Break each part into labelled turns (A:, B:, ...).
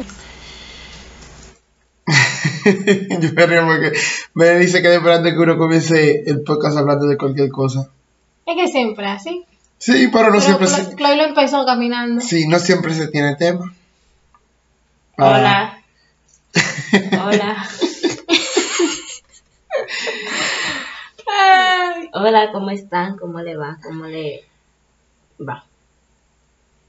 A: Yo me río porque me dice que esperando que uno comience el podcast hablando de cualquier cosa.
B: Es que siempre así.
A: Sí, pero no
B: Pero
A: siempre
B: Cla-
A: se...
B: Claudio lo empezó caminando.
A: Sí, no siempre se tiene tema. Ah,
B: Hola. Hola. Ay.
C: Hola, ¿cómo están? ¿Cómo le va? ¿Cómo le va?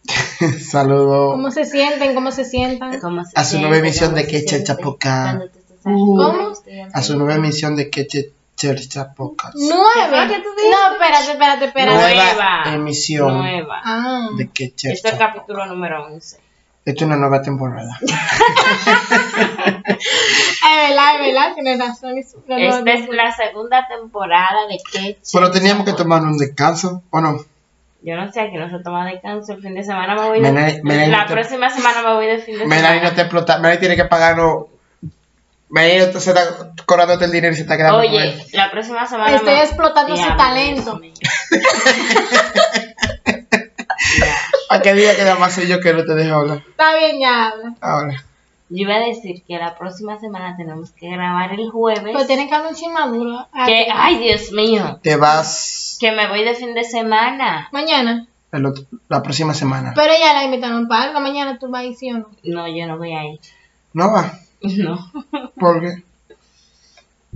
A: Saludo.
B: ¿Cómo se sienten? ¿Cómo se
A: Ah,
B: sientan?
C: ¿Cómo se
A: A su
C: siente?
A: nueva emisión
C: ¿Cómo
A: de
C: se
A: Queche
C: siente?
A: Chapocá.
C: Cuando tú estás
A: Uh.
C: aquí,
B: ¿Cómo?
C: estoy
A: A su nueva emisión de Queche Chercha Podcast.
B: Nueve.
C: ¿Qué tú dices?
B: No, espérate, espérate, espérate.
C: Nueve.
A: Nueva
C: Nueva.
A: emisión
C: Nueva.
B: Ah.
A: de Queche
C: Este es el capítulo número 11.
A: Esto es una nueva temporada.
B: Es verdad, es verdad, tienes razón. es- no, no,
C: Esta Este es la segunda temporada de Queche.
A: Pero teníamos que tomar un descanso, ¿o no?
C: Yo no sé, aquí no se toma descanso. El fin de semana me voy de...
A: Melanie- Melanie,
C: la
A: te-
C: próxima semana me voy de fin de
A: Melanie no
C: semana.
A: te explota. Melanie tiene que pagarnos. Melanie no te- se está cobrándote el dinero y se está quedando. con
C: Oye,
A: él.
C: la próxima semana
B: Estoy
C: me-
B: explotando su
C: Diablo,
B: talento.
C: Dios mío. Ya.
A: ¿A qué día queda más soy yo que no te dejo hablar?
B: Está bien, ya habla.
A: Ahora.
C: Yo iba a decir que la próxima semana tenemos que grabar el jueves.
B: Pero tienen Pues que hablar un chimaduro. Ah,
C: Que, ay, Dios mío,
A: Te vas
C: que me voy de fin de semana.
B: Mañana.
A: el otro- la próxima semana.
B: Pero ya la invitaron para algo. Mañana tú vas a ir, sí o no.
C: No, yo no voy a ir.
A: No va.
C: No,
A: Porque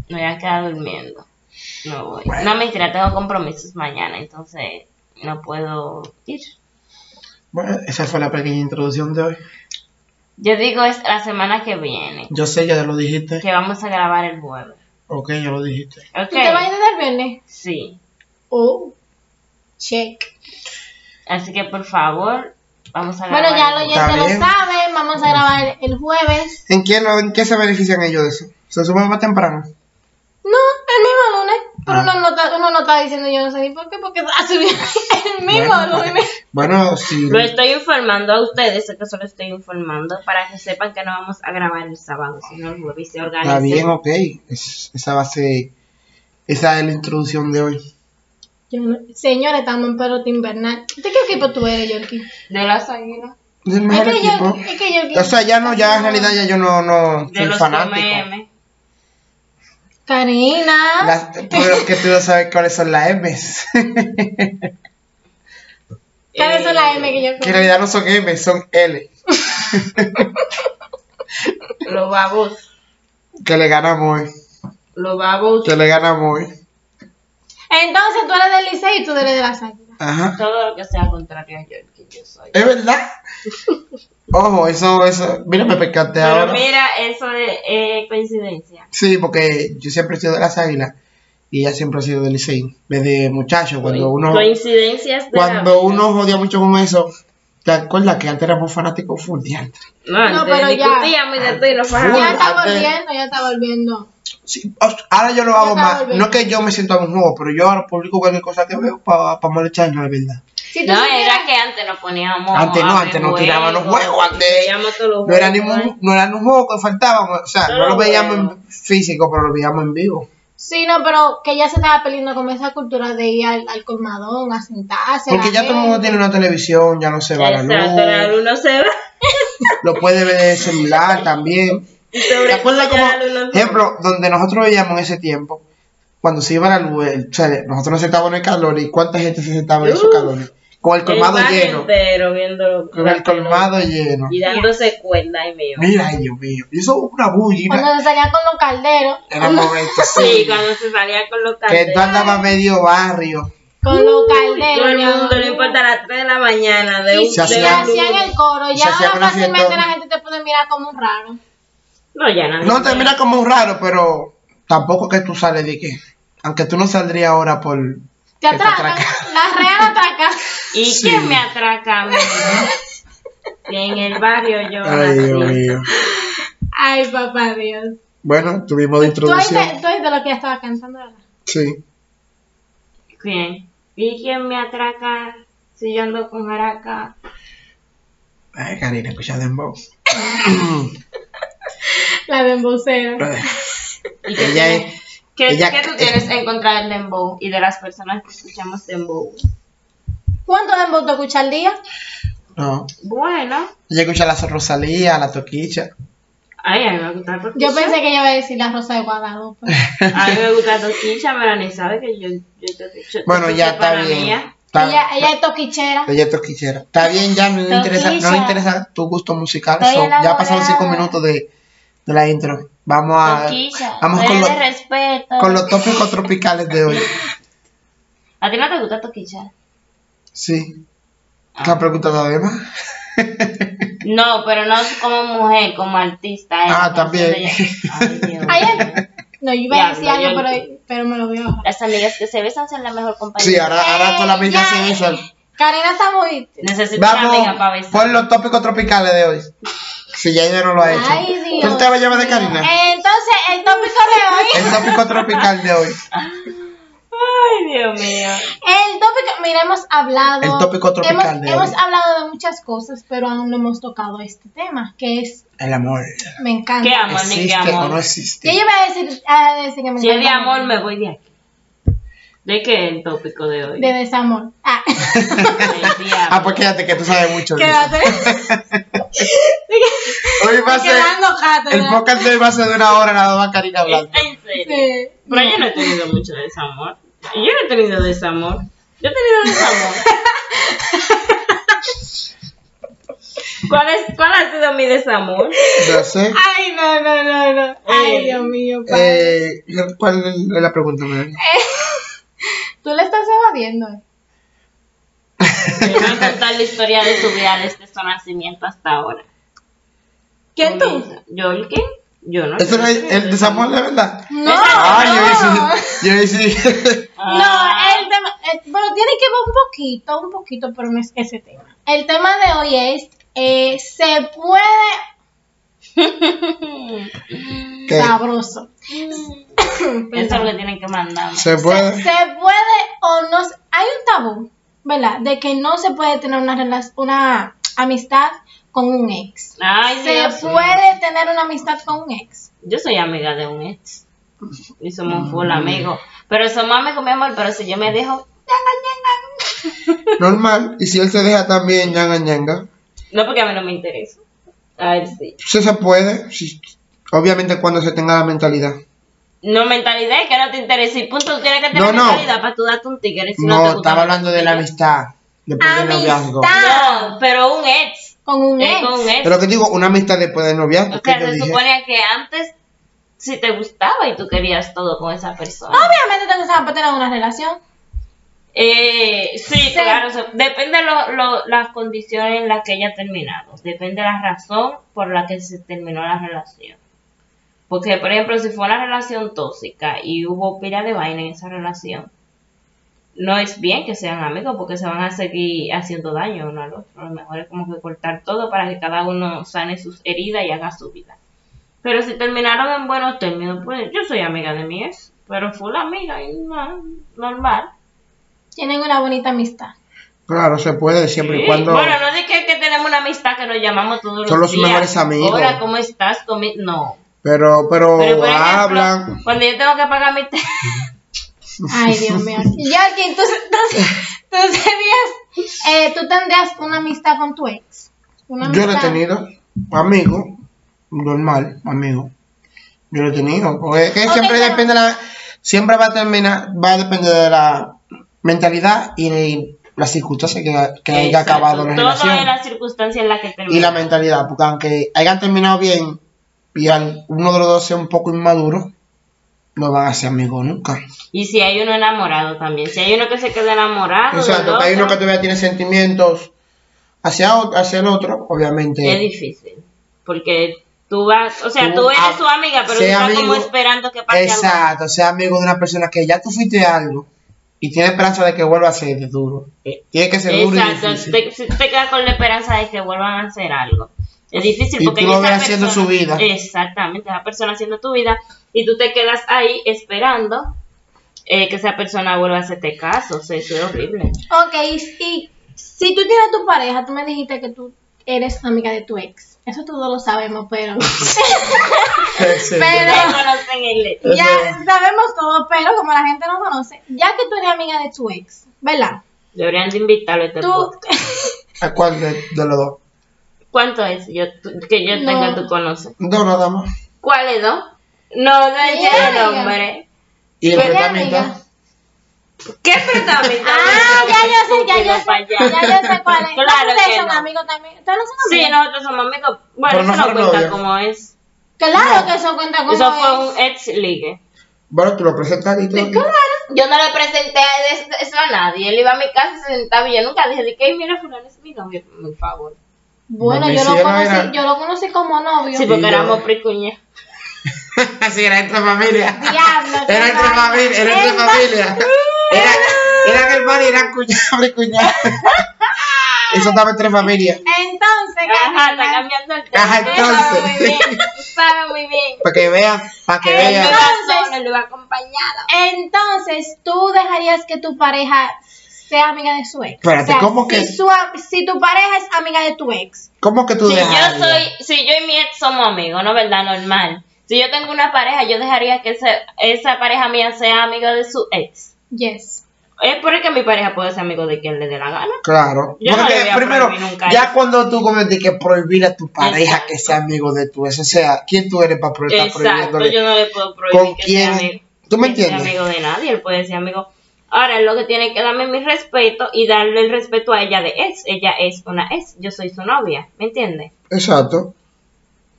C: me voy a quedar durmiendo. No voy. No, mentira, tengo compromisos mañana, entonces no puedo ir.
A: bueno, esa fue la pequeña introducción de hoy.
C: Yo digo es la semana que viene,
A: Yo sé, ya lo dijiste.
C: que vamos a grabar el jueves.
A: Ok, ya lo dijiste.
B: ¿Tú te vas a ir
C: Ok,
B: desde el viernes?
C: sí.
B: Oh. Check.
C: Así que por favor, vamos a grabar.
B: Bueno, ya lo,
C: el
B: ya
A: Está
B: se lo
A: bien.
B: saben. Vamos a grabar el jueves.
A: ¿En qué, no- en qué se benefician ellos de eso? ¿Se suben más temprano?
B: No, el mismo lunes. Pero
A: Ah.
B: uno, no está, uno no está diciendo yo no sé ni por qué, porque ha subido el mismo
A: Bueno, pues.
B: lunes.
A: Bueno, si,
C: Lo estoy informando a ustedes, es que solo estoy informando para que sepan que no vamos a grabar el sábado, sino el jueves se organiza.
A: Está bien, ok. Es- esa va a ser. Esa es la introducción de hoy.
B: Yo no- Señores, estamos en pelota invernal. ¿De qué equipo tú eres, Yorkie?
C: De las águilas.
A: Es el
B: Es
A: mejor
B: que
A: equipo.
B: Yorkie. Es que Yorkie.
A: O sea, ya no, ya en realidad ya yo no, no
C: De
A: soy
C: los
A: fanático.
C: OMM.
B: Karina.
A: Las, pero que tú no sabes cuáles son las M's.
B: ¿Cuáles son las M que yo
A: que en realidad no son M, son L.
C: Los babos.
A: Que le ganamos hoy.
C: Los babos.
A: Que le ganamos hoy.
B: Entonces tú eres del Licey y tú eres de las águilas.
A: Ajá.
C: Todo lo que sea contrario a yo, que yo soy.
A: Es verdad. Ojo, eso, eso. Mira, me percaté
C: Pero
A: ahora.
C: mira, eso es eh, coincidencia.
A: Sí, porque yo siempre he sido de las águilas. Y ella siempre ha sido del Licey. Desde muchacho, cuando uno.
C: Coincidencias de la
A: Cuando
C: vida.
A: uno jodía mucho con eso, ¿te acuerdas que antes éramos fanáticos full diantre?
C: No,
B: No,
C: pero
B: pero ya.
C: discutíamos y de todo y nos
A: Uy,
B: Ya
C: fajamos.
B: está
A: antes-
B: volviendo, ya está volviendo.
A: Sí, os- ahora yo lo hago
B: está
A: más.
B: volviendo.
A: No que yo me siento a un juego, pero yo ahora publico cualquier cosa que veo para pa molestarnos, la verdad.
B: Si tú
C: No,
B: supieras-
C: era que antes nos poníamos.
A: Antes no,
C: a ver
A: antes no tiraban los juegos, antes
C: veíamos todos los
A: No era, ni
C: juegos.
A: un, no era ni un juego que faltábamos, o sea,
C: No
A: no lo
C: lo
A: veíamos en
C: veo.
A: físico, pero lo veíamos en vivo.
B: Sí, no, pero que ya se estaba peleando con esa cultura de ir al, al colmadón, a sentarse. a la
A: Porque ya todo el mundo
B: gente.
A: tiene una televisión, ya no se va la
C: Exacto, la
A: luz,
C: luz no se va.
A: lo puede ver en el celular también.
C: Y sobre
A: ¿Te acuerdas
C: todo
A: como,
C: ya la luz no se va.
A: ejemplo, donde nosotros veíamos en ese tiempo, cuando se iba la luz, el- o sea, nosotros nos sentábamos en el calor y cuánta gente se sentaba en esos
C: Uf.
A: calores, con el colmado
C: barrio
A: lleno,
C: entero viendo
A: con el colmado lleno.
C: Y dándose cuerda, ay mío.
A: Mira, ay, Dios mío, y eso es una bulla,
B: Cuando se salía con los calderos,
A: era un momento
C: Sí,
A: sí,
C: cuando se salía con los
A: que tú
C: carteles.
A: andabas medio barrio,
B: con los
C: Todo
B: calderos.
C: el
B: ya.
C: mundo, no importa a las 3 de la mañana, de
B: Y
A: Se
C: un
B: se
A: hacía-
B: hacían el coro,
A: se
B: ya
A: hacía
B: ahora
A: una fiesta.
B: fácilmente la gente te puede mirar como un raro.
C: No, ya nadie.
A: no te mira como un raro, pero tampoco que tú sales de que, aunque tú no saldrías ahora por...
B: Te
A: que te
B: atracan, las real atracan.
C: ¿Y
A: Sí.
C: quién me atraca a mí? Que en el barrio yo
A: Ay, Dios
C: nací.
A: mío.
B: Ay, papá Dios.
A: Bueno, tuvimos de
B: Tú oíste
A: introducción,
B: tú oíste lo que ya estaba cantando, ¿verdad?
A: sí.
C: ¿Quién? ¿Y quién me atraca si yo ando con Jaraca?
A: Ay, Karina, escucha Dembow.
B: La de embocera.
C: ¿Y qué
A: Ella
C: tienes-
A: es...
C: ¿Qué,
A: ella-
C: qué tú tienes en contra del dembow y de las personas que escuchamos dembow?
B: ¿Cuántos embos te escuchas al día?
A: No,
C: Bueno,
A: ella escucha a la Rosalía, a la Toquicha.
C: Ay, a mí me gusta la toquicha.
B: Yo pensé que ella iba a decir la rosa de Guadalupe.
C: A mí me gusta la toquicha, Melanie sabe que yo, yo toquicha.
A: Bueno, ya
C: toquicha
A: está
C: para mí, ¿eh?
A: bien.
C: ya.
A: Está,
B: ella, ella es toquichera.
A: ella es quisiera. Está bien, ya no le interesa, no le
B: Toquilla.
A: interesa tu gusto musical.
B: Estoy
A: so, ya
B: enamorada.
A: pasaron cinco minutos de, de la intro. Vamos a,
C: Toquicha.
A: Ah, vamos con
C: debe
A: los,
C: de respeto.
A: con los tópicos tropicales de hoy.
C: ¿A ti no te gusta toquicha?
A: Sí. La pregunta todavía más.
C: No, pero no como mujer, como artista. eh,
A: Ah,
C: como
A: también.
C: siendo ya- Ay, Dios
B: Ay,
C: mío.
B: No, yo iba a decir
C: Diablo,
B: algo,
C: yo-
B: pero, pero me lo veo.
C: Las amigas que se besan son la mejor compañía.
A: Sí, ah. ahora, ahora con la amiga
B: Ey,
A: se
B: ya.
A: besan.
B: Karina está muy...
C: Necesito una amiga para
A: Vamos
C: besar.
A: por los tópicos tropicales de hoy. Si ya ella no lo ha hecho.
B: Ay, Dios.
A: ¿Tú te vas a llamar de Karina?
B: Eh, Entonces, el tópico de hoy...
A: El tópico tropical de hoy.
C: Ay, Dios mío.
B: El tópico, mira, hemos hablado.
A: El tópico tropical
B: hemos,
A: de
B: hemos
A: hoy.
B: hablado de muchas cosas, pero aún no hemos tocado este tema, que es,
A: El amor.
B: me encanta.
C: ¿Qué amor ni qué
A: ¿Existe o no
C: amor?
B: Yo
A: existe?
B: iba a decir, a decir que me
C: Si es de
B: encanta.
C: amor, me voy de aquí. ¿De qué es el tópico de hoy?
B: De desamor. Ah,
C: Del diablo.
A: Ah, pues quédate que tú sabes mucho.
B: que
A: de
B: va
A: eso.
B: a tener-
A: Hoy va a ser.
B: quedando jato,
A: El
B: ¿verdad?
A: podcast de hoy va a ser de una hora nada más Karina hablando.
B: Eh,
C: ¿En serio?
B: Sí.
C: Pero yo no he tenido mucho desamor. Yo no he tenido desamor. Yo he tenido desamor. ¿Cuál, es, ¿Cuál ha sido mi desamor?
B: eh.
A: No sé.
B: Ay, no, no, no, no.
C: Eh,
B: Ay, Dios mío, padre.
A: Eh, ¿Cuál es la pregunta,
B: Eh,
A: Melanie?
B: Tú le estás evadiendo.
C: Me voy a contar la historia de su vida desde su nacimiento hasta ahora.
B: ¿Quién tú?
C: Comienza. ¿Yo el qué? Yo no.
A: ¿Eso
C: yo
A: no
C: no
A: es
C: sé.
A: el desamor de verdad?
B: No, no.
A: Ay, yo sí. Yo sí.
B: No,
C: Ah,
B: el tema, eh, pero tiene que ver un poquito, un poquito, pero no es ese tema. El tema de hoy es, eh, se puede,
A: ¿Qué?
B: sabroso,
C: Eso es lo que tienen que mandar.
A: ¿Se
B: se,
A: puede?
B: se puede o no, se- hay un tabú, ¿verdad? De que no se puede tener una, rela- una amistad con un ex.
C: Ay,
B: Se
C: Dios mío.
B: puede tener una amistad con un ex.
C: Yo soy amiga de un ex. Y somos full amigos. Pero somos amigos, mi amor. Pero si yo me dejo.
A: Normal. Y si él se deja también, ñanga, ñanga.
C: No, porque a mí no me interesa. A él sí.
A: Sí se puede. sí. Obviamente cuando se tenga la mentalidad.
C: No, mentalidad es que no te interesa. Y punto, tú tienes que tener
A: No, no.
C: mentalidad para tú darte un tigre. Si no,
A: no,
C: te gusta
A: estaba hablando de la
C: tigre.
A: amistad. Después del noviazgo.
B: Amistad.
C: No, Ah, pero un ex.
B: Con un
C: Es
B: ex.
C: con un ex.
A: Pero que digo, una amistad después del noviazgo.
C: O
A: ¿qué
C: sea,
A: te
C: se
A: dije?
C: suponía que antes si te gustaba y tú querías todo con esa persona.
B: Obviamente tengo que saber tener una relación.
C: Eh, sí,
B: Sí.
C: claro, o sea, depende lo, lo- las condiciones en las que haya terminado, depende la razón por la que se terminó la relación. Porque, por ejemplo, si fue una relación tóxica y hubo pila de vaina en esa relación, no es bien que sean amigos porque se van a seguir haciendo daño uno al otro. Lo mejor es como que cortar todo para que cada uno sane sus heridas y haga su vida. Pero si terminaron en buenos términos, pues yo soy amiga de mi ex, pero fue la amiga y no, normal.
B: Tienen una bonita amistad.
A: Claro, se puede siempre y
C: Sí,
A: cuando...
C: Bueno, no es que, que tenemos una amistad que nos llamamos todos los días.
A: Son los mejores amigos.
C: Hola, ¿cómo estás? Comi- No.
A: Pero, pero,
C: Pero, por ejemplo,
A: hablan.
C: cuando yo tengo que pagar mi te-
B: Ay, Dios mío. Jackie, tú, tú, tú serías, eh, tú tendrías una amistad con tu ex. Una
A: Yo lo he
B: amistad.
A: tenido. Amigo. Normal, amigo. Yo lo he tenido. Porque es que
B: Ok,
A: siempre
B: pero-
A: depende de la... Siempre va a terminar... Va a depender de la mentalidad y de las circunstancias que, que haya
C: Exacto,
A: acabado la
C: Todo es
A: relación.
C: la circunstancia en la que termina.
A: Y la mentalidad. Porque aunque hayan terminado bien y al- uno de los dos sea un poco inmaduro, no van a ser amigos nunca.
C: Y si hay uno enamorado también. Si hay uno que se queda enamorado.
A: O sea,
C: del
A: que hay uno que
C: otro,
A: todavía tiene sentimientos hacia, ot- hacia el otro, obviamente.
C: Es difícil. Porque tú vas. O sea,
A: Tú,
C: tú,
A: ah,
C: eres su amiga, pero tú
A: sea
C: estás como
A: amigo.
C: esperando que pase algo.
A: Exacto, sea amigo de una persona que ya tú fuiste algo y tiene esperanza de que vuelva a ser de duro. Eh, Tiene que ser duro y
C: Exacto.
A: difícil.
C: Te, si te quedas con la esperanza de que vuelvan a hacer algo. Es difícil
A: Y
C: porque
A: tú lo
C: esa
A: ves haciendo
C: persona-
A: su vida.
C: Exactamente, esa persona haciendo tu vida y tú te quedas ahí esperando eh, que esa persona vuelva a hacerte caso. O sea, eso es horrible.
B: Ok, y si, si tú tienes tu pareja, tú me dijiste que tú eres amiga de tu ex. Eso todos lo sabemos, pero
A: Sí,
B: Pero-
C: Ustedes conocen el-
A: Eso-
B: ya sabemos todo, pero como la gente no conoce, ya que tú eres amiga de tu ex, ¿verdad?
C: Deberían de invitarlo a este
B: Tú,
C: podcast.
A: ¿A cuál de, de los dos?
C: ¿Cuánto es yo, tú- que yo
B: No.
C: tenga tú conoces?
A: No, nada más.
C: ¿Cuál es, no? No, no
B: Sí,
C: es el
B: amiga.
C: nombre.
A: Y el
B: Pero ya,
A: tratamiento.
B: amiga.
C: ¿Qué pretamita?
B: Ah, ya yo sé, ya yo
C: Pa'
B: sé.
C: allá.
B: Ya yo sé cuál es.
C: Claro
B: ustedes
C: que
B: son
C: no.
B: amigos también. Ustedes no son
C: Sí,
B: amigos.
C: nosotros somos amigos. Bueno,
A: Pero no
C: eso no
A: fueron
C: cuenta
A: novios.
C: como es.
B: Claro que eso cuenta como
C: Eso fue
B: es.
C: un ex ligue.
A: Bueno, tú lo presentas aquí. todo.
C: Yo no le presenté eso- eso a nadie. Él iba a mi casa y se sentaba y yo nunca dije, de que "Ay, mira, fulano es mi novio, por favor.
B: Bueno,
A: No me
B: yo lo,
A: hicieron
B: conocí,
A: era-
B: yo lo conocí como novio.
C: Sí, porque
A: yo-
C: éramos pricuñas.
A: Así era entre familia.
B: Diablo, qué
A: Era entre
B: vaina.
A: familia, era entre
B: Venga.
A: familia. Era, eran hermanos y eran cuñados y cuñadas. Eso estaba entre familia.
B: Entonces,
C: Ajá, está
B: Carolina,
C: cambiando el tema.
A: Ajá,
C: Sabe muy
A: entonces.
C: bien, sabe muy bien.
A: Para que vean, para que
C: Él Eh, no
A: vean.
C: iba solo, él iba acompañada.
B: entonces tú dejarías que tu pareja sea amiga de su ex.
A: Espérate,
B: O sea,
A: ¿cómo
B: si
A: que?
B: su a- si tu pareja es amiga de tu ex.
A: ¿Cómo que tú
C: Si
A: dejarías?
C: yo soy, si yo y mi ex somos amigos, ¿no verdad? Normal. Si yo tengo una pareja, yo dejaría que ese- esa pareja mía sea amiga de su ex.
B: Yes.
C: Es porque mi pareja puede ser amigo de quien le dé la gana.
A: Claro.
C: Yo no
A: Porque
C: le voy a
A: primero,
C: prohibir nunca
A: ya
C: eso.
A: cuando tú cometí que prohibir a tu pareja
C: Exacto.
A: que sea amigo de tu ex, o sea, ¿quién tú eres para prohibir?
C: Exacto, yo no le puedo
A: ¿Con
C: prohibir que
A: quién?
C: sea amigo.
A: ¿Tú me
C: que sea
A: entiendes?
C: amigo de nadie, él puede ser amigo. Ahora, él lo que tiene que darme es mi respeto y darle el respeto a ella de ex. Ella es una ex, yo soy su novia, ¿me entiendes?
A: Exacto.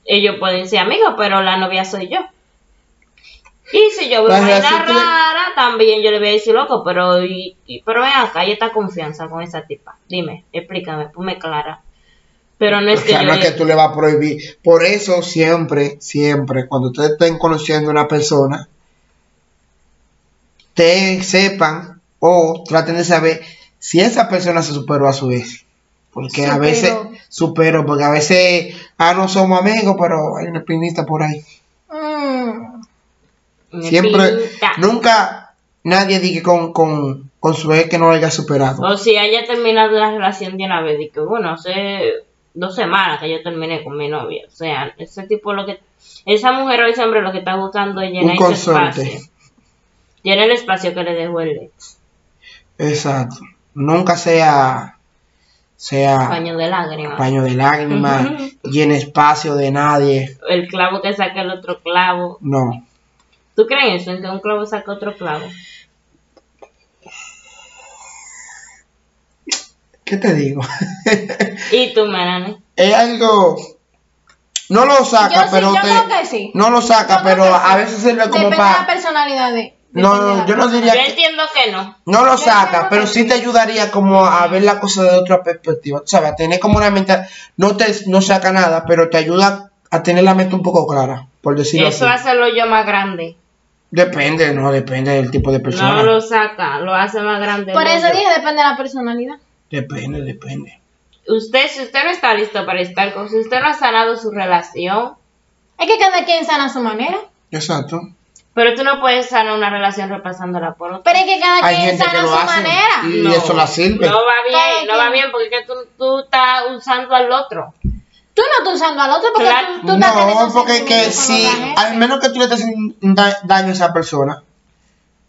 C: Ellos pueden ser amigos, pero la novia soy yo. Y si yo veo
A: La
C: una
A: relación tuya-
C: rara, también yo le voy a decir loco, pero, y, y- pero ven acá, hay esta confianza con esa tipa. Dime, explícame, ponme clara. Pero no
A: O
C: es que
A: sea,
C: yo
A: no es
C: le-
A: que tú le vas a prohibir. Por eso siempre, siempre, cuando ustedes estén conociendo a una persona, te sepan o traten de saber si esa persona se superó a su vez. Porque a
B: Superó.
A: veces, superó, porque a veces, ah, no somos amigos, pero hay una espinita por ahí.
B: Mm.
C: me
A: Siempre,
C: pinta.
A: nunca nadie diga con, con, con su ex que no lo haya superado.
C: O si haya terminado la relación de una vez, y que bueno, hace dos semanas que yo terminé con mi novia. O sea, ese tipo lo que. Esa mujer o ese hombre lo que está buscando es llenar
A: Un
C: ese
A: consorte.
C: espacio. Llenar el espacio que le dejó el ex.
A: Exacto. Nunca sea, sea
C: Paño de lágrimas.
A: Ah. paño de lágrimas, llena espacio de nadie.
C: El clavo que saca el otro clavo.
A: No.
C: ¿Tú crees eso? En que un clavo saca otro clavo.
A: ¿Qué te digo?
C: ¿Y tú, Marani?
A: es algo. No lo saca,
B: Yo sí,
A: pero
B: yo
A: te-
B: creo que sí.
A: no lo saca,
B: Yo creo
A: pero
B: que
A: a
B: sí.
A: veces se le como
B: Depende de la
A: para.
B: personalidad de.
A: No,
B: depende de la
A: no, yo no
B: persona.
A: diría
C: Yo
A: que
C: entiendo que no.
A: no lo
B: Yo
A: saca,
B: entiendo
A: pero
B: que
A: sí
B: sí.
A: te ayudaría como a ver la cosa de otra perspectiva. Tú sabes, a tener como una mente, no te no saca nada, pero te ayuda a tener la mente un poco clara, por decirlo
C: eso
A: así.
C: hace el hoyo más grande.
A: Depende, no, depende del tipo de persona.
C: No lo saca, lo hace más grande.
B: Por
C: el
B: eso
C: hoyo.
B: dije, depende de la personalidad.
A: Depende, depende.
C: Usted, si usted no está listo para estar con, si usted no ha sanado su relación,
B: Es que cada quien sana a su manera.
A: Exacto.
C: Pero tú no puedes sanar una relación repasándola por otra.
B: Pero es que cada
A: Hay
B: quien
A: gente
B: sana
A: que
B: a
A: lo
B: su
A: hace
B: manera.
A: y eso la sirve.
C: No va bien,
B: Cada
C: no va
B: quien.
C: bien porque es que tú, tú estás usando al otro.
B: Tú no estás usando al otro porque
C: Claro.
B: tú, tú estás
A: no,
B: teniendo
A: porque que
B: sentimientos con
A: si,
B: otra gente.
A: al menos que tú le estés haciendo da- daño a esa persona,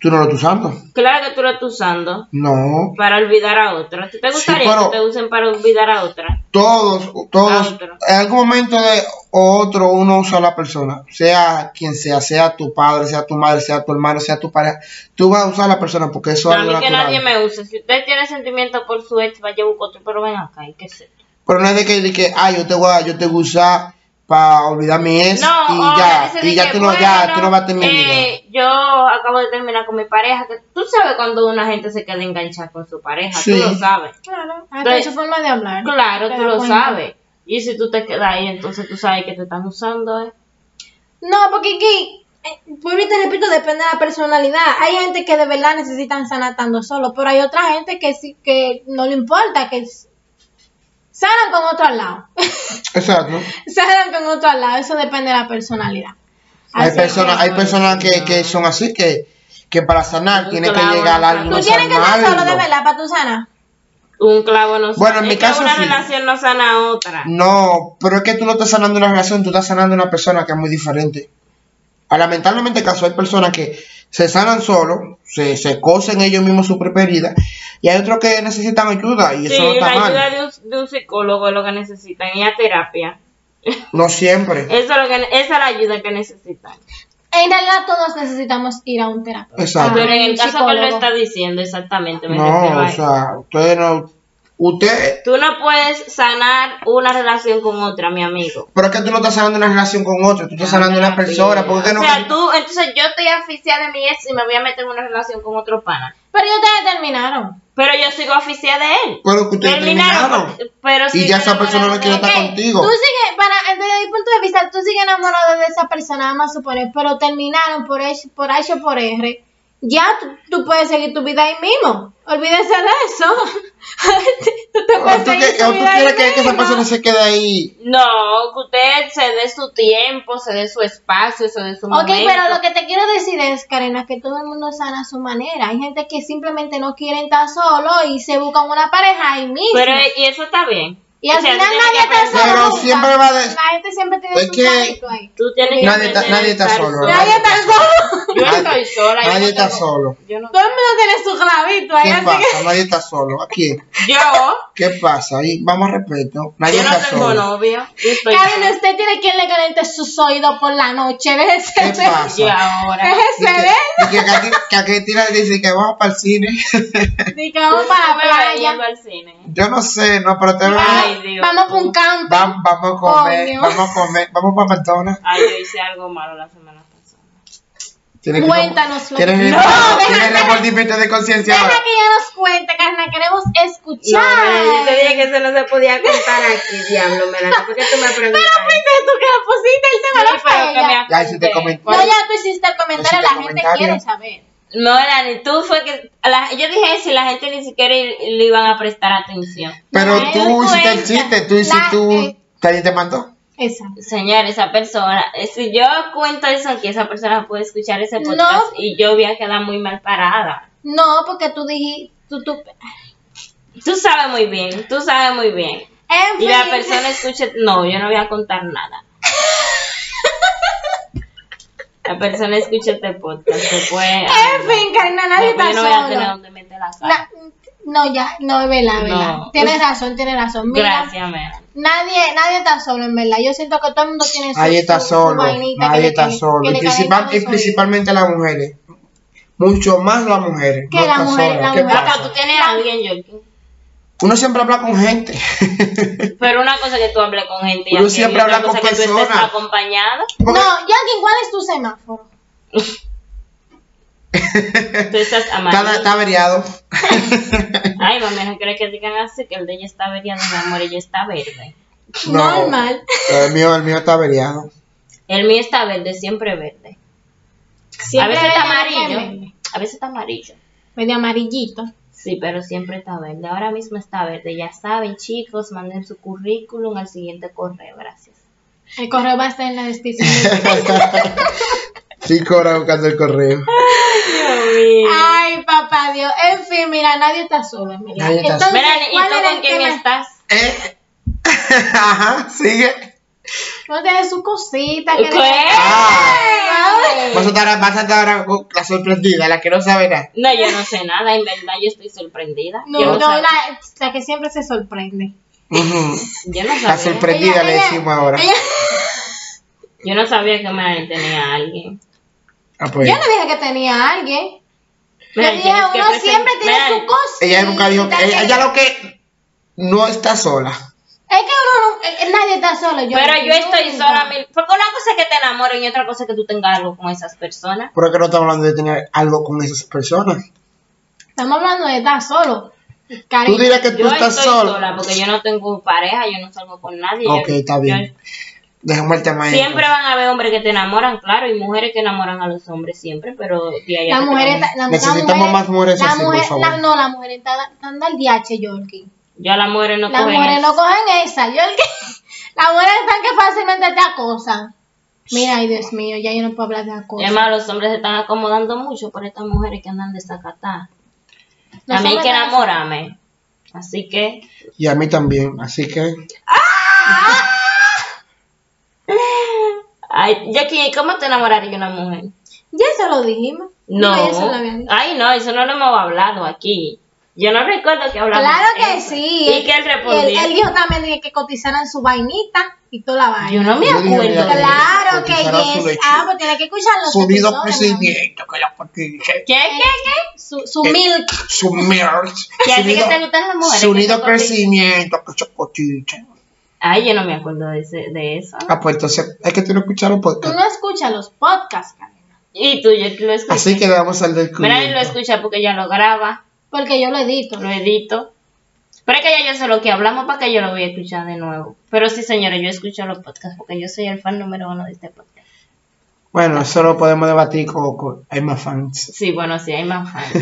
A: tú no lo estás usando.
C: Claro que tú lo estás usando
A: No,
C: para olvidar a otro. ¿A ti te
A: Sí,
C: gustaría
A: pero-
C: que te usen para olvidar a otra?
A: todos,
C: A
A: todos,
C: otro.
A: en algún momento de o otro, uno usa a la persona, sea quien sea, sea tu padre, sea tu madre, sea tu hermano, sea tu pareja, tú vas a usar a la persona porque eso
C: No,
A: es
C: a
A: algo
C: mí que
A: natural.
C: nadie me use. Si usted tiene sentimiento por su ex, vaya a buscar otro, pero ven acá, hay que ser.
A: Pero no es de que, de que ah, yo te voy a, yo te voy a usar para olvidar mi ex
C: No, o
A: y ya,
C: ese de
A: y ya
C: que,
A: tú no, ya,
C: bueno,
A: tú no vas a terminar.
C: eh, yo acabo de terminar con mi pareja. que tú sabes cuando una gente se queda enganchada con su pareja,
A: Sí.
C: tú lo sabes.
B: Claro,
C: Pero-
B: hasta en su forma de hablar.
C: Claro,
B: Te
C: tú
B: das
C: lo
B: cuenta.
C: sabes. Y si tú te quedas ahí, entonces tú sabes que te están usando. ¿eh?
B: No, porque aquí, eh, vuelvo y te repito, depende de la personalidad. Hay gente que de verdad necesitan sanar estando solo, pero hay otra gente que sí, que no le importa, que s- sanan con otro al lado.
A: Exacto.
B: sanan con otro al lado, eso depende de la personalidad.
A: Hay
B: Así pues, que-
A: personas, hay
C: bueno,
A: personas que,
C: no.
A: que son así que, que para sanar
C: Un
A: tiene que
C: clavo,
A: llegar
C: una
A: a alguien
B: Tú
A: a
C: no
B: tienes que estar solo de
A: sanarlo.
B: verdad para tu sana.
C: Un clavo no sana.
A: Bueno, en mi
C: Es que
A: caso
C: una
A: sí.
C: relación no sana a otra.
A: No, pero es que tú no estás sanando una relación, tú estás sanando una persona que es muy diferente. Ah, lamentablemente, caso hay personas que se sanan solos, se, se cosen ellos mismos su propia herida, y hay otros que necesitan ayuda, y eso
C: Sí,
A: no
C: la
A: está
C: ayuda
A: mal.
C: de un, de un psicólogo es lo que necesitan y la terapia.
A: No siempre.
C: Eso es lo que, esa es la ayuda que necesitan.
B: En realidad todos necesitamos ir a un terapeuta.
A: Exacto.
C: Pero en
B: Ah, un
C: el caso que él lo
B: psicólogo.
C: está diciendo, exactamente. Me refiero
A: No,
C: a
A: o
C: eso.
A: sea, ustedes no. Usted.
C: Tú no puedes sanar una relación con otra, mi amigo.
A: Pero es que tú no estás sanando una relación con otro, tú estás sanando una persona. ¿Por qué no?
C: O sea, tú, entonces yo estoy asfixiada de mi ex y me voy a meter en una relación con otro pana.
B: Pero ellos ya terminaron.
C: Pero yo sigo asfixiada de él.
A: Pero Pues, que ustedes terminaron.
C: pero- Pero
A: Y
C: sí
A: ya esa
C: terminaron.
A: persona no quiere estar
B: Ok,
A: contigo.
B: Tú sigues, para, desde mi punto de vista, tú sigues enamorado de esa persona, nada más suponer, pero terminaron por H, por H o por R. Ya tú, tú puedes seguir tu vida ahí mismo. Olvídese de eso. tú te
A: ¿O
B: puedes
A: tú,
B: seguir
A: que-
B: tu
A: o tú
B: vida Pues ahí
A: quieres que, que esa
B: mismo.
A: persona se quede ahí?
C: No, que usted se dé su tiempo, se dé su espacio, se dé su
B: Ok,
C: momento.
B: pero lo que te quiero decir es, Karina, que todo el mundo sana a su manera. Hay gente que simplemente no quiere estar solo y se buscan una pareja ahí mismo.
C: Pero, y eso está bien.
B: y al
C: O sea,
B: final
C: tú tienes
B: nadie
C: que
B: está
C: aprender-
B: solo.
A: Pero
B: nunca.
A: siempre va de-
B: La gente siempre tiene
A: Es
B: su
A: que-
B: carrito ahí.
C: Tú tienes que
A: Nadie está-
C: aprender a
A: nadie está
C: estar
A: solo.
C: sola.
B: Nadie está solo.
C: Yo estoy sola. yo
A: Nadie
C: no
A: está
C: tengo-
A: solo.
C: Yo, no-
B: Todo el mundo tiene su clavito ahí.
A: ¿Qué
B: así
A: pasa?
B: que-
A: Nadie está solo. ¿A quién?
C: yo,
A: ¿Qué pasa? Ahí, vamos a respeto. Nadie
C: yo no
A: está
C: tengo
A: solo.
C: novio. Yo estoy
B: Karina,
C: sola.
B: usted tiene quien le caliente sus oídos por la noche. Déjese
A: ¿Qué
B: de-
A: pasa?
C: Y
A: Y
C: ahora.
B: Déjese de
A: que, y que, Cati- que a Cristina le dice que vamos para el cine.
B: Así que vamos
C: Tú
B: para la
C: me vas yendo
B: playa.
C: al cine.
A: Yo no sé, no, pero te veo.
C: Ay,
B: Vamos-
C: Dios.
B: Vamos para un camping.
A: Va- vamos a comer,
B: Coño.
A: vamos a comer, vamos para McDonald's.
C: Ay, yo hice algo malo la semana pasada.
A: Tienes que-
B: Cuéntanoslo.
A: ¿Quieres
B: No,
A: ¿Tienes
B: deja- deja-
A: remordimiento de conciencia ahora?
B: Deja que ya nos cuente, Karina. Queremos
C: No,
B: escuchar.
C: yo te dije que eso no se podía contar aquí, diablo. Me la porque tú me preguntas.
B: Fuiste tú que lo pusiste el tema
C: Sí,
B: no fue
C: pero que me
B: ella.
A: Ya, si te
C: apunté.
A: comenté.
B: No, ya tú hiciste el comentario,
A: Hiciste
B: la
A: el
B: gente
A: comentario.
B: quiere saber.
C: No, Dani, tú fue que. a la- yo dije si la gente ni siquiera i- le iban a prestar atención.
A: Pero
B: Ay,
A: tú
B: cuenta.
A: hiciste el chiste, tú hiciste
B: La-
A: tú.
B: eh.
A: ¿Alguien te mandó?
B: Esa.
C: Señor, esa persona. eh, Si yo cuento eso aquí, esa persona puede escuchar ese
B: No.
C: podcast y yo voy a quedar muy mal parada.
B: No, porque tú dijiste, tú, tú,
C: Tú sabes muy bien, tú sabes muy bien.
B: en
C: Y la
B: fin.
C: persona escuche. No, yo no voy a contar nada. La persona escuche este podcast. Se puede.
B: En fin, Karina, nadie
C: No,
B: está
C: yo no voy a tener
B: solo.
C: dónde meter la cara.
B: Na- No, ya, no, es verdad, es verdad.
C: No.
B: Tienes razón, tienes razón. Mira,
C: Gracias, Mel.
B: Nadie, nadie está solo, en verdad. Yo siento que todo el mundo tiene su
A: Nadie está
B: su- su
A: solo.
B: vainita que
A: Nadie
B: le-
A: está
B: que le-
A: solo.
B: que
A: Y
B: le
A: principal-
B: calienta
A: y
B: los
A: principalmente las mujeres. Mucho más las mujeres.
B: Que
A: No
B: las
A: está
B: mujeres-
A: sola.
B: las
A: ¿Qué
B: mujeres-
C: Acá
A: pasa?
C: tú tienes a alguien, yo.
A: Uno siempre habla con gente.
C: Pero una cosa es que tú hables con gente y
A: Uno
C: aquí,
A: siempre
C: y otra
A: habla con
C: cosa es que tú estés
A: personas.
C: acompañada.
B: oídos.
A: Porque-
B: No, Jackie, ¿cuál es tu semáforo?
C: Tú estás
A: Está,
C: amarilla.
A: está averiado.
C: Ay, mami, no quiero que digan así que el de ella está averiado, mi amor, ella está verde.
A: No.
B: Normal.
A: El mío, el mío está averiado.
C: El mío está verde, siempre verde. a
B: Siempre
C: veces está
B: verde,
C: amarillo.
B: verde.
C: A veces está amarillo.
B: Medio amarillito.
C: Sí, pero siempre está verde. Ahora mismo está verde. Ya saben, chicos, manden su currículum al siguiente correo. Gracias.
B: El correo va a estar en la descripción.
A: Cinco horas buscando el correo.
B: Ay, papá Dios. En fin, mira, nadie está solo, en verdad.
A: Nadie está
B: Entonces,
C: Melanie, ¿y
B: ¿cuál
C: tú
B: era
C: con
B: el
C: quién
B: tema?
C: estás?
A: Eh. Ajá, sigue.
B: No te des su cosita. Que le-
C: ¿Qué?
B: Ay,
A: Vas Ah. a estar, vas a estar ahora con la sorprendida, la que no sabe nada.
C: No, yo no sé nada. En verdad, yo estoy sorprendida.
B: No,
C: yo
B: no,
C: sabía.
B: la, la que siempre se sorprende.
A: Ujú.
C: Yo no
A: La
C: sabía.
A: sorprendida
B: Ella-
A: le
B: ella-
A: Pues decimos ahora.
B: ella-
C: Yo no sabía que Melanie tenía a alguien.
A: Ah, pues.
B: Yo no dije que tenía a alguien. Yo
C: Melanie,
B: dije,
C: tienes que
B: uno
C: presen-
B: siempre tiene
C: Melanie,
B: su cosita.
A: Ella nunca dijo que. Ella,
B: que-
A: ella lo que. No está sola.
B: Es que uno no- eh, nadie está solo. Yo
C: Pero yo estoy
B: nunca.
C: sola. mil- Porque una cosa es que te enamoren y otra cosa es que tú tengas algo con esas personas.
A: Pero es que no estamos hablando de tener algo con esas personas.
B: Estamos hablando de estar solo.
A: Tú
B: Cariño.
A: dirás que tú
C: Yo estoy
A: estás
C: sola.
A: sola.
C: porque yo no tengo pareja, yo no salgo con nadie. yo-
A: Ok, está
C: yo-
A: bien. Dejemos el tema ahí.
C: siempre van a haber hombres que te enamoran, claro, y mujeres que enamoran a los hombres siempre, pero de ahí a
B: Las
C: que te
B: mujeres
C: enamoren.
B: ta- la-
A: Necesitamos
B: las
A: más mujeres
B: las
A: así, por
B: mujeres-
A: favor.
B: las- no, las mujeres están están al DH, Yorkie.
C: Yo a las mujeres no
B: Las
C: cogen
B: mujeres
C: eso.
B: no cogen esa, Yorkie. Las mujeres están que fácilmente te acosan. Mira, ay Dios mío, ya yo no puedo hablar de
C: Y
B: acoso.
C: además, los hombres se están acomodando mucho por estas mujeres que andan desacatadas.
B: Los
C: a mí hay
B: hombres
C: que
B: están-
C: enamorarme. Así que,
A: Y a mí también. Así que.
C: ay, Jackie, ¿cómo te enamoraría una mujer?
B: Yo Ya se lo dijimos.
C: No.
B: ya se lo habían dicho.
C: Ay, no, eso no lo hemos hablado aquí. Yo no recuerdo que hablamos.
B: Claro
C: de
B: que
C: eso.
B: sí.
C: Y que él respondió.
B: Él, él dijo también de que cotizaran su vainita y toda la vaina.
C: Yo no me
A: Yo digo,
C: acuerdo.
A: mira,
B: Claro que
A: Cotizaran su
B: yes.
A: leche.
B: Ah, pues tiene que escuchar los
A: Subido
B: episodios, mi amor.
A: procedimiento, que la porque
C: ¿Qué, qué?
B: Su, su
A: Eh,
B: milk.
A: su merch.
C: Que así que te gustan las mujeres.
A: Su
C: que
A: nido
C: son cotiz-
A: crecimiento, que se cotiza.
C: Ay, yo no me acuerdo de, ese, de eso.
A: Ah, pues entonces, hay que tú no escucharon
B: Tú
A: podcast.
B: no escuchas los podcasts, Karina,
C: Y tú, yo lo escuché.
A: Así que le vamos al del
C: Mira, él lo
A: club.
C: escucha porque ya lo graba,
B: porque yo lo edito.
C: lo edito. Pero es que ya yo sé lo que hablamos para que yo lo voy a escuchar de nuevo. Pero sí, señora, yo escucho los podcasts porque yo soy el fan número uno de este podcast.
A: Bueno, eso lo podemos debatir con, con- hay más fans.
C: Sí, bueno, sí, hay más fans.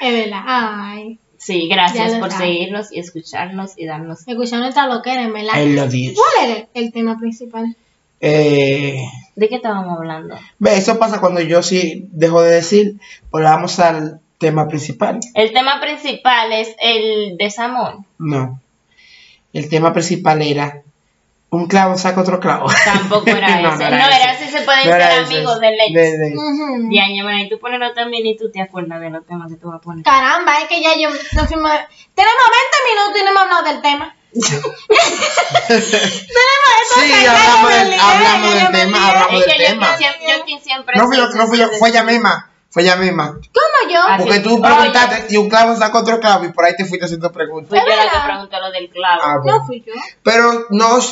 B: Es verdad. Ay,
C: Sí,
B: Ya
C: gracias
B: lo
C: por
B: saben.
C: seguirnos y escucharnos y darnos.
B: escucharon esta loquera, en verdad.
A: Él lo dice.
B: ¿Cuál era el tema principal?
A: Eh,
C: ¿De qué estábamos hablando?
A: ve, eso pasa cuando yo sí dejo de decir, pues vamos al tema principal.
C: El tema principal es el desamor.
A: No. El tema principal era un clavo saca otro clavo.
C: Tampoco era
A: No, no
C: eso. No,
A: era
C: era
A: ese.
C: si se pueden
A: No era
C: ser
A: ese.
C: amigos del ex.
A: De-
B: Mm.
A: de-
B: Ujú.
C: Diana, bueno, y tú ponelo también y tú te acuerdas de los temas que tú vas a poner.
B: Caramba, es que ya yo no fuimos. Tenemos 20 minutos y no hemos hablado del tema. Tenemos
A: Sí,
B: eso. ya
A: hablamos
B: yo me
A: del-
B: lié,
A: hablamos
B: ya yo
A: del
B: me
A: tema,
B: lié.
A: hablamos-
C: Es
A: del
C: que yo,
A: tema.
C: que siempre, yo que siempre.
A: No fui yo,
C: soy
A: no fui yo,
C: sensible.
A: fue ella misma. Fue ella misma.
B: ¿Cómo yo?
C: Ah,
A: Porque tú
C: Oye.
A: preguntaste y un clavo saca otro clavo y por ahí te fuiste haciendo preguntas.
C: Fui yo la que
B: verdad.
C: preguntó lo del clavo.
A: Ah, bueno.
B: No fui yo.
A: Pero no, o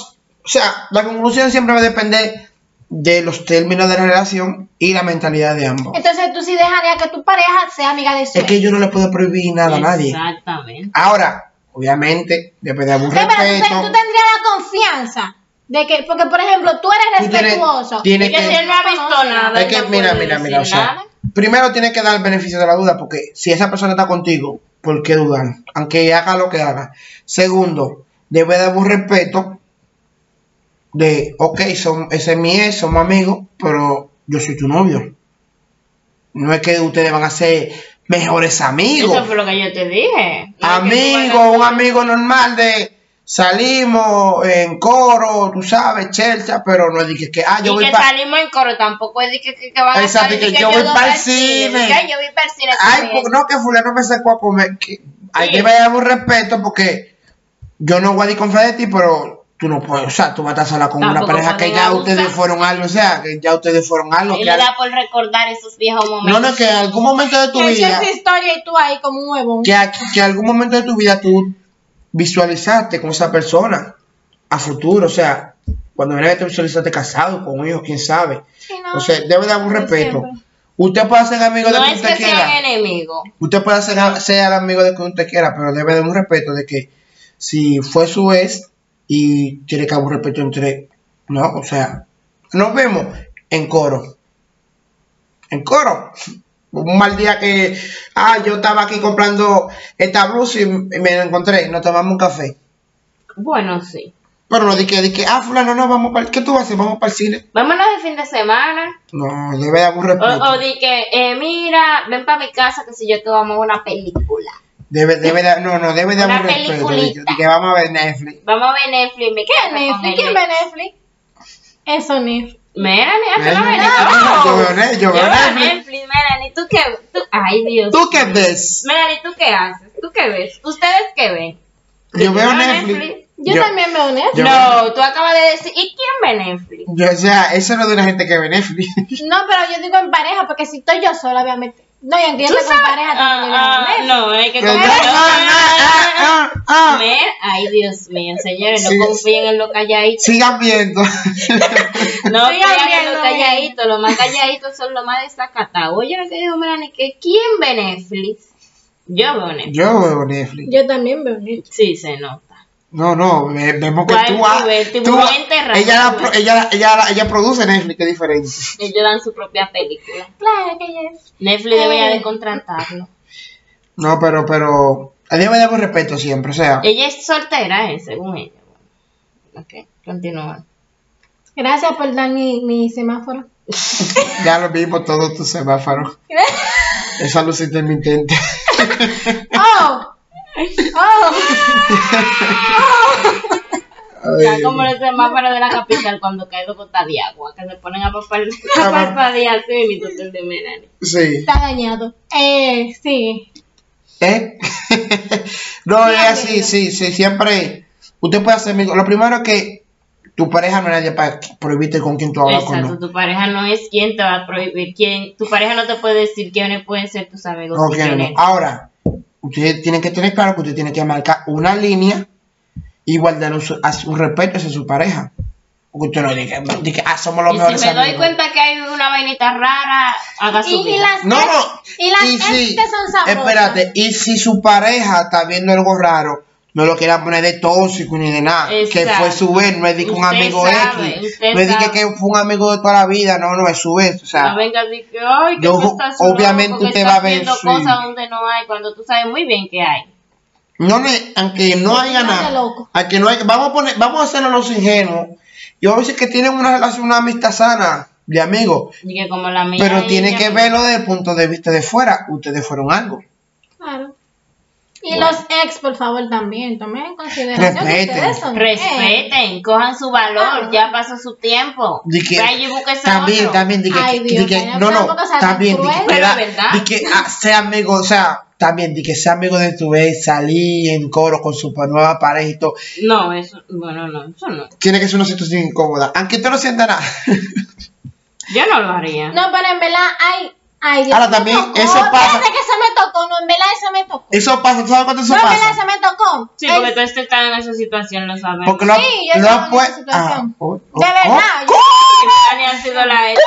A: sea, la conclusión siempre va a depender de los términos de la relación y la mentalidad de ambos.
B: Entonces tú sí dejarías que tu pareja sea amiga de su
A: Es que
B: ex.
A: yo no le puedo prohibir nada a nadie.
C: Exactamente.
A: Ahora, obviamente, debe de haber un
B: Pero tú, te- tú
A: respeto.
B: tendrías la confianza de que, porque por ejemplo, tú eres
A: Tú tienes-
B: respetuoso.
A: tienes
C: Es que si él no ha visto nada.
A: Es que,
C: no
A: mira,
C: puede
A: mira,
C: decir
A: mira, o sea,
C: nada.
A: primero tienes que dar el beneficio de la duda, porque si esa persona está contigo, ¿por qué dudar? Aunque haga lo que haga. Segundo, debe de haber un respeto de, ok, son, ese es mi ex, somos amigos, pero yo soy tu novio. No es que ustedes van a ser mejores amigos.
C: Eso fue lo que yo te dije. No, que tú
A: Amigo,
C: hagas-
A: un amigo normal de salimos en coro, tú sabes, chelcha, pero no es de que, que, ah, yo
C: y
A: voy
C: que
A: para
C: salimos en coro tampoco es de que, que, que van a
A: Exacto,
C: salir
A: que
C: de
A: yo voy
C: dos
A: pa'l
C: al
A: cine.
C: que yo voy para el cine
A: Ay,
C: también.
A: po- no, que fulano me sacó a comer. Que, Hay
C: Sí.
A: que darme un respeto porque yo no voy a desconfiar de ti, pero tú no puedes, o sea, tú vas a estar sola con una
C: Tampoco
A: pareja que
C: podemos
A: ya
C: abusar.
A: ustedes fueron algo, o sea, que ya ustedes fueron algo.
C: Él
A: Que
C: le
A: al-
C: da por recordar esos viejos
A: no,
C: momentos.
A: no, que en algún momento de tu
B: Que
A: vida,
B: esa es historia y tú ahí como un huevón.
A: que, a- que algún momento de tu vida tú visualizaste con esa persona a futuro, o sea, cuando era que te visualizaste casado, con hijos, quién sabe.
B: Sí, no.
A: O sea, debe dar un
B: No
A: respeto.
B: siempre.
A: Usted puede ser amigo de
C: No
A: quien
C: es
A: usted
C: que
A: quiera.
C: sean enemigos.
A: Usted puede ser, ser amigo de quien usted quiera, pero debe de un respeto de que si fue su ex y tiene que haber un respeto entre. No, o sea, nos vemos en coro. En coro. Un mal día que. Ah, yo estaba aquí comprando esta blusa y me la encontré. Nos tomamos un café.
C: Bueno, sí.
A: Pero no dije, dije, ah, fulano, no, vamos para. ¿Qué tú vas a hacer? Vamos para el cine.
C: Vámonos de fin de semana.
A: No, debe de haber un
C: O,
A: respeto.
C: o di que, eh, mira, ven para mi casa que si yo te vamos a una película.
A: Debe, debe de, no, no, debe de
C: Una
A: haber un respeto.
C: peliculita.
A: Dije, dije, vamos a ver Netflix.
C: Vamos a ver Netflix. ¿Me
B: ¿Qué
C: casa
B: es
C: con
B: Netflix?
C: él.
B: ¿Quién ve Netflix? Eso Netflix.
C: Mira, mira, tú no ves
A: Netflix,
C: Netflix.
A: yo veo Net- yo veo Netflix.
C: Oh. Netflix. Melanie, ¿tú qué? tú- Ay, Dios.
A: ¿Tú qué ves?
C: Melanie, ¿tú qué haces? ¿Tú qué ves? ¿Ustedes qué ven?
A: Yo veo
C: veo
A: Netflix.
C: Netflix.
B: Yo, también veo Netflix.
A: Yo
C: no, tú acabas de decir, ¿y quién ve Netflix?
A: yo, o sea, eso no es de una gente que ve Netflix.
B: No, pero yo digo en pareja, porque si estoy yo sola, obviamente. No, y aunque yo
C: ¿Tú
B: esté con
C: sabes?
B: pareja,
C: Ah,
B: también veo
C: ah,
B: Netflix.
C: no, es que
A: Pero
C: como-
A: ya- ah, ah, ah, ah.
C: Mira, ay, Dios mío, señores,
A: Sí.
C: no confíen en lo calladito.
A: Sigan viendo.
C: No,
B: Estoy
C: crean en
B: hablando
C: lo
B: de-
C: calladito, lo más calladito son lo más desacatados. Oye, lo que dijo Melanie, que ¿quién ve Netflix? Yo veo Netflix.
A: Yo veo Netflix.
B: Yo también veo Netflix.
C: Sí, se nota.
A: No, no, ve- vemos que
C: ¿Cuál
A: tú
C: tú
A: ha-
C: ves? Tipo,
A: tú ha-
C: gente rara,
A: ella, la
C: tú
A: pro-
C: ves.
A: ella, la- ella, la- ella produce Netflix, que es diferente.
C: Ellos dan su propia película.
B: Claro que yes.
C: Netflix debería
B: Eh.
C: de contratarlo.
A: No, pero, pero, a Dios me debo respeto siempre, o sea,
C: Ella es soltera, eh, según ella. Bueno, ok, continúa.
B: Gracias por dar mi, mi semáforo.
A: ya lo vimos todos tus semáforos. Esa luz intermitente.
B: ¡Oh! ¡Oh!
A: Eh,
C: Están como los semáforos de la capital cuando cae dos gotas de agua, que se ponen a papal- a
A: Ah, va.
C: parpadear así mismo te terminan.
A: Sí.
B: Está dañado. Eh, sí.
A: ¿Eh? no, es así, sí, sí, siempre. Usted puede hacer amigos. Lo primero es que tu pareja no es nadie para prohibirte con quién tú hablas con
C: Exacto, tu pareja no es quien te va a prohibir, quién, tu pareja no te puede decir quiénes pueden ser tus amigos.
A: no. ah,
C: y
A: Ok, no,
C: quiénes
A: no. Ahora, usted tiene que tener claro que usted tiene que marcar una línea y guardar un, su- a su respeto hacia su pareja. Porque usted no diga, diga, ah, somos los
C: Y
A: mejores
C: si me doy
A: amigos.
C: cuenta que hay una vainita rara, haga
B: Y,
C: su
B: y
C: vida.
B: las
A: No,
B: ex-
A: no.
B: y las ex
A: si-
B: que son sabrosas.
A: Espérate, y si su pareja está viendo algo raro, no lo quieran poner de tóxico ni de nada. Que
C: Exacto.
A: fue su vez, no es de que un
C: Usted
A: amigo
C: sabe,
A: X.
C: usted
A: No es de que,
C: sabe.
A: que fue un amigo de toda la vida, no, no, es su vez. O sea,
C: no vengas y que, ay, que
A: yo-
C: tú estás
A: obviamente
C: loco, que
A: usted
C: estás
A: va a ver,
C: viendo
A: sí.
C: cosas donde no hay, cuando tú sabes muy bien que hay.
A: no le- aunque no haya
B: no sea
A: nada,
B: loco.
A: aunque no haya- vamos a poner, vamos a hacernos los ingenuos. Yo a veces que tienen una relación, una amistad sana de amigos,
C: Y que como la mía
A: pero
C: y
A: tienen
C: ella,
A: que
C: pues,
A: verlo desde el punto de vista de fuera. Ustedes fueron algo.
B: Claro. Y
A: Bueno.
B: los ex, por favor, también. Tomen en consideración que
A: Respeten.
B: ustedes son ex.
C: Respeten, cojan su valor, ya pasó su tiempo.
A: de que
C: Vayan y búsquese
A: también
C: otro.
A: también de que,
B: Ay,
A: de
B: Dios,
A: que-
B: Dios,
A: no no
B: tampoco sea tan
A: también de que,
B: cruel.
C: Pero
A: era-
C: verdad.
A: de que, ah, sea amigo o sea también de que sea amigo de tu vez salir en coro con su pa- nueva pareja y todo
C: No, eso, bueno, no, eso no.
A: tiene que ser una situación incómoda aunque usted no sienta nada
C: Yo no lo haría.
B: No, pero en verdad, ay, ay, Dios
A: Ahora,
B: me
A: también,
B: tocó.
A: eso pasa.
B: Fíjate que eso me tocó. No, en verdad, eso me tocó.
A: eso pasa ¿tú sabes cuánto eso
B: no, en verdad,
A: pasa
B: eso me tocó.
C: Sí,
B: Ay,
C: porque tú estás en esa situación, lo sabes.
A: porque lo,
B: Sí, yo
A: lo ha ah,
B: estaba en
A: oh,
B: esa
A: puesto
B: situación. De verdad, yo-
C: Tania ha sido la ex.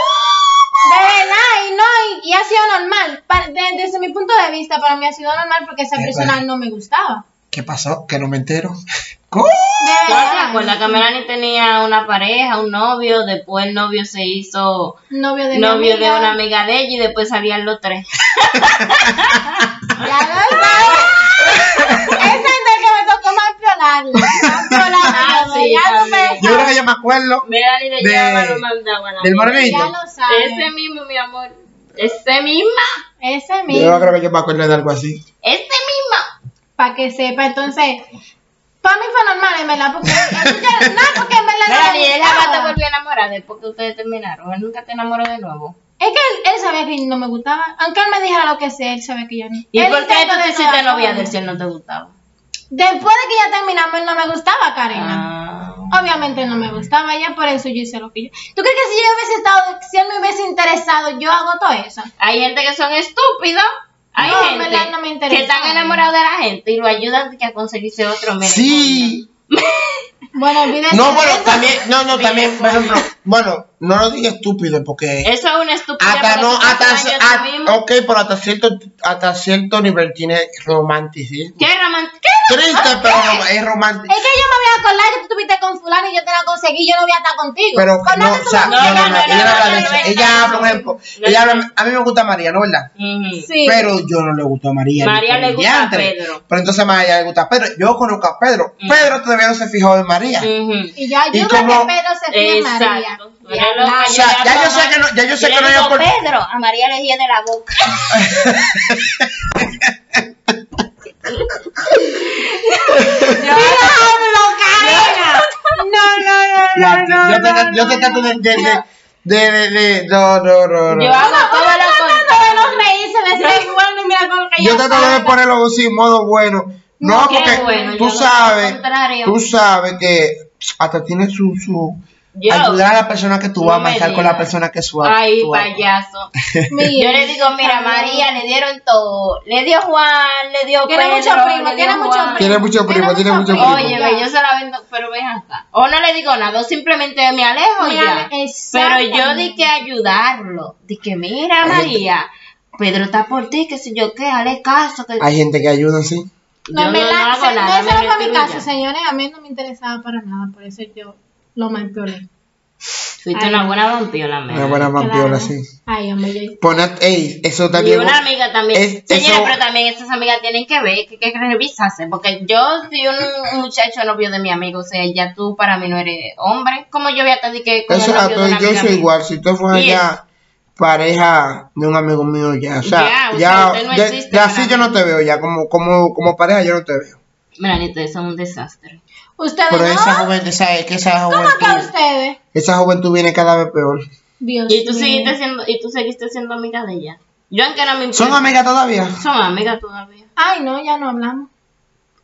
B: De verdad, y no, y, y ha sido normal. Pa- de- desde mi punto de vista, para mí ha sido normal porque esa
A: Eh,
B: persona
A: vale.
B: no me gustaba.
A: qué pasó que no me entero ¿Cómo?
B: De
C: ¿Tú no te
B: verdad.
C: acuerdas que Melanie tenía una pareja, un novio, después el novio se hizo
B: Novio de mi
C: novio
B: amiga.
C: de una amiga de ella y después salían los tres.
B: Ya lo sabes. Esa es la que me tocó más piolarla. Más piolarla,
C: Ah, sí,
B: ya lo
C: también.
B: ves.
A: yo creo que yo me acuerdo
C: Melanie le
A: De-
C: llama, lo mandaba a la
A: del
C: amiga.
A: morenito
B: Ya lo sabes.
C: Ese mismo, mi amor. Ese misma.
B: Ese
A: yo
B: mismo.
A: creo que yo me acuerdo de algo así
C: Ese misma.
B: Para que sepa, entonces. Para mí fue normal, en verdad, porque. escucha, No, porque en verdad. no me
C: Melanie, él jamás te
A: Ah.
B: gustaba.
C: volvió a enamorar después que ustedes terminaron. Él nunca te enamoró de nuevo.
B: Es que él, él sabía que no me gustaba. Aunque él me dijera lo que sea, él sabía que yo no.
C: ¿Y
B: Él
C: por qué
B: intentó
C: tú
B: de
C: te hiciste
B: todas
C: novia de él
B: formas.
C: si él no te gustaba?
B: Después de que ya terminamos, él no me gustaba, Karina.
C: Ah.
B: Obviamente no me gustaba ya, por eso yo hice lo que yo. ¿Tú crees que si yo hubiese estado, si él me hubiese interesado, yo hago todo eso?
C: Hay gente que son estúpidos. Hay
B: No, en
C: gente
B: verdad no me interesa.
C: que están enamorados de la gente y lo ayudan que a conseguirse otro. miren,
A: sí
B: Bueno, olvídate.
A: No,
B: de
A: bueno,
B: eso.
A: también, no, no, también, por
C: Mira,
A: ejemplo, bueno, no lo diga estúpido porque
C: coño. Eso es una estupidez.
A: hasta
C: porque
A: no,
C: tú te
A: hasta, oh.
C: engañas a
A: a-
C: ti mismo.
A: ok, pero hasta cierto, hasta cierto nivel tiene romanticismo.
C: ¿Qué romántico? ¿Qué?
A: Triste, pero no- es romántico.
B: Es que yo me voy a acordar que tú estuviste con fulano y yo te la conseguí, yo no voy a estar contigo.
A: Pero
B: Conoce
A: no,
B: tu
A: o sea, no,
B: mamá.
A: no, no,
C: no, no,
A: ella no
C: no,
A: habla de
C: no, no,
A: eso.
C: no,
A: Ella
C: no,
A: habla, por
C: no,
A: ejemplo,
C: no,
A: ella
C: no,
A: habla- a mí me gusta María, ¿no verdad?
C: Ujú.
B: Sí.
A: Pero yo no le gustó a María. ni
C: María
A: por
C: le
A: el
C: gusta a
A: diantre.
C: Pedro.
A: Pero entonces a María le gusta a Pedro. Yo conozco a Pedro.
C: Mm.
A: Pedro todavía no se fijó en María.
C: Ujú.
B: Y yo ayudo
A: Y
B: a
A: como-
B: que Pedro se fíe en María.
C: Exacto.
B: Y
C: Era lo que
B: hablar.
A: O sea, ya yo sé que no, ya yo sé que
C: Yo
A: no
C: le
A: hay
C: digo,
A: opor-
C: Pedro, a María le hiede la boca.
B: ¡Diablo, Karina! No, no,
A: Ya,
B: no, no, no.
A: yo te- Yo te trato de, de, de, de, de- de- no, no, no, no.
C: Yo hago
B: Uno
C: todo lo
B: tratando de no reírse, de ser bueno, mira con lo que
A: Yo
B: ella
A: trato de
B: habla.
A: ponerlo así, modo bueno. No,
C: Qué
A: porque
C: bueno, yo
A: tú
C: no, al
A: sabes,
C: contrario.
A: tú sabes que hasta tiene su, su
C: Yo-
A: ayudar a la persona que tú
C: No
A: amas,
C: me
A: estar con
C: digas.
A: la persona que su- tú amas.
C: Ay, payaso. Yo le digo, mira, María, le dieron todo. Le dio Juan, le dio
B: Tiene
C: Pedro,
B: mucho primo,
C: le
B: tiene
C: dio
B: mucho
C: Juan.
B: primo.
A: Tiene mucho primo, tiene mucho primo.
C: Oye, ve, yo se la vendo, pero ven acá. O no le digo nada, o simplemente me alejo
B: Me
C: ya.
B: ale-
C: Pero
B: exactamente.
C: yo di que ayudarlo. Di que mira, María, Pedro está por ti, que si yo qué, hale caso. Que...
A: Hay gente que ayuda así.
C: yo no,
B: me
C: no
B: la-
C: hago
B: se-
C: nada.
B: no, eso no
C: me
B: fue mi
C: retiro
B: caso,
C: ya.
B: señores. A mí no me interesaba para nada, por eso yo lo mantuve.
C: Fuiste
B: Ay.
C: una buena vampiola,
A: Una buena vampiola así.
B: Ay, hombre, yo.
A: Poner, ey, eso
C: Y
A: también.
C: una amiga también.
A: es-
C: Señora,
A: eso-
C: pero también esas amigas tienen que ver, que, que revisarse. Porque yo, si un, un muchacho novio de mi amigo, o sea, ya tú para mí no eres hombre, como yo voy a decir que con el
A: Eso,
C: novio
A: a
C: de
A: todo-
C: una
A: yo
C: amiga
A: soy
C: mía?
A: igual. Si tú fueras
C: Y es-
A: ya pareja de un amigo mío, ya. O sea, ya,
C: Ya, o sea, usted no
A: ya-
C: existe
A: ya
C: para
A: así yo
C: mí.
A: no te veo, ya. Como, como, como pareja, yo no te veo.
C: Melanie, ustedes son un desastre.
B: Ustedes
A: Pero
B: no.
A: esa juventud, esa, es que esa
B: ¿Cómo están
A: juventud,
B: ustedes?
A: esa juventud viene cada vez peor.
B: Dios
C: Y tú
B: mío.
C: seguiste siendo, y tú seguiste siendo amiga de ella. Yo aunque no me
A: ¿Son
C: importa,
A: amigas todavía?
C: son amigas todavía.
B: Ay, no, ya no hablamos.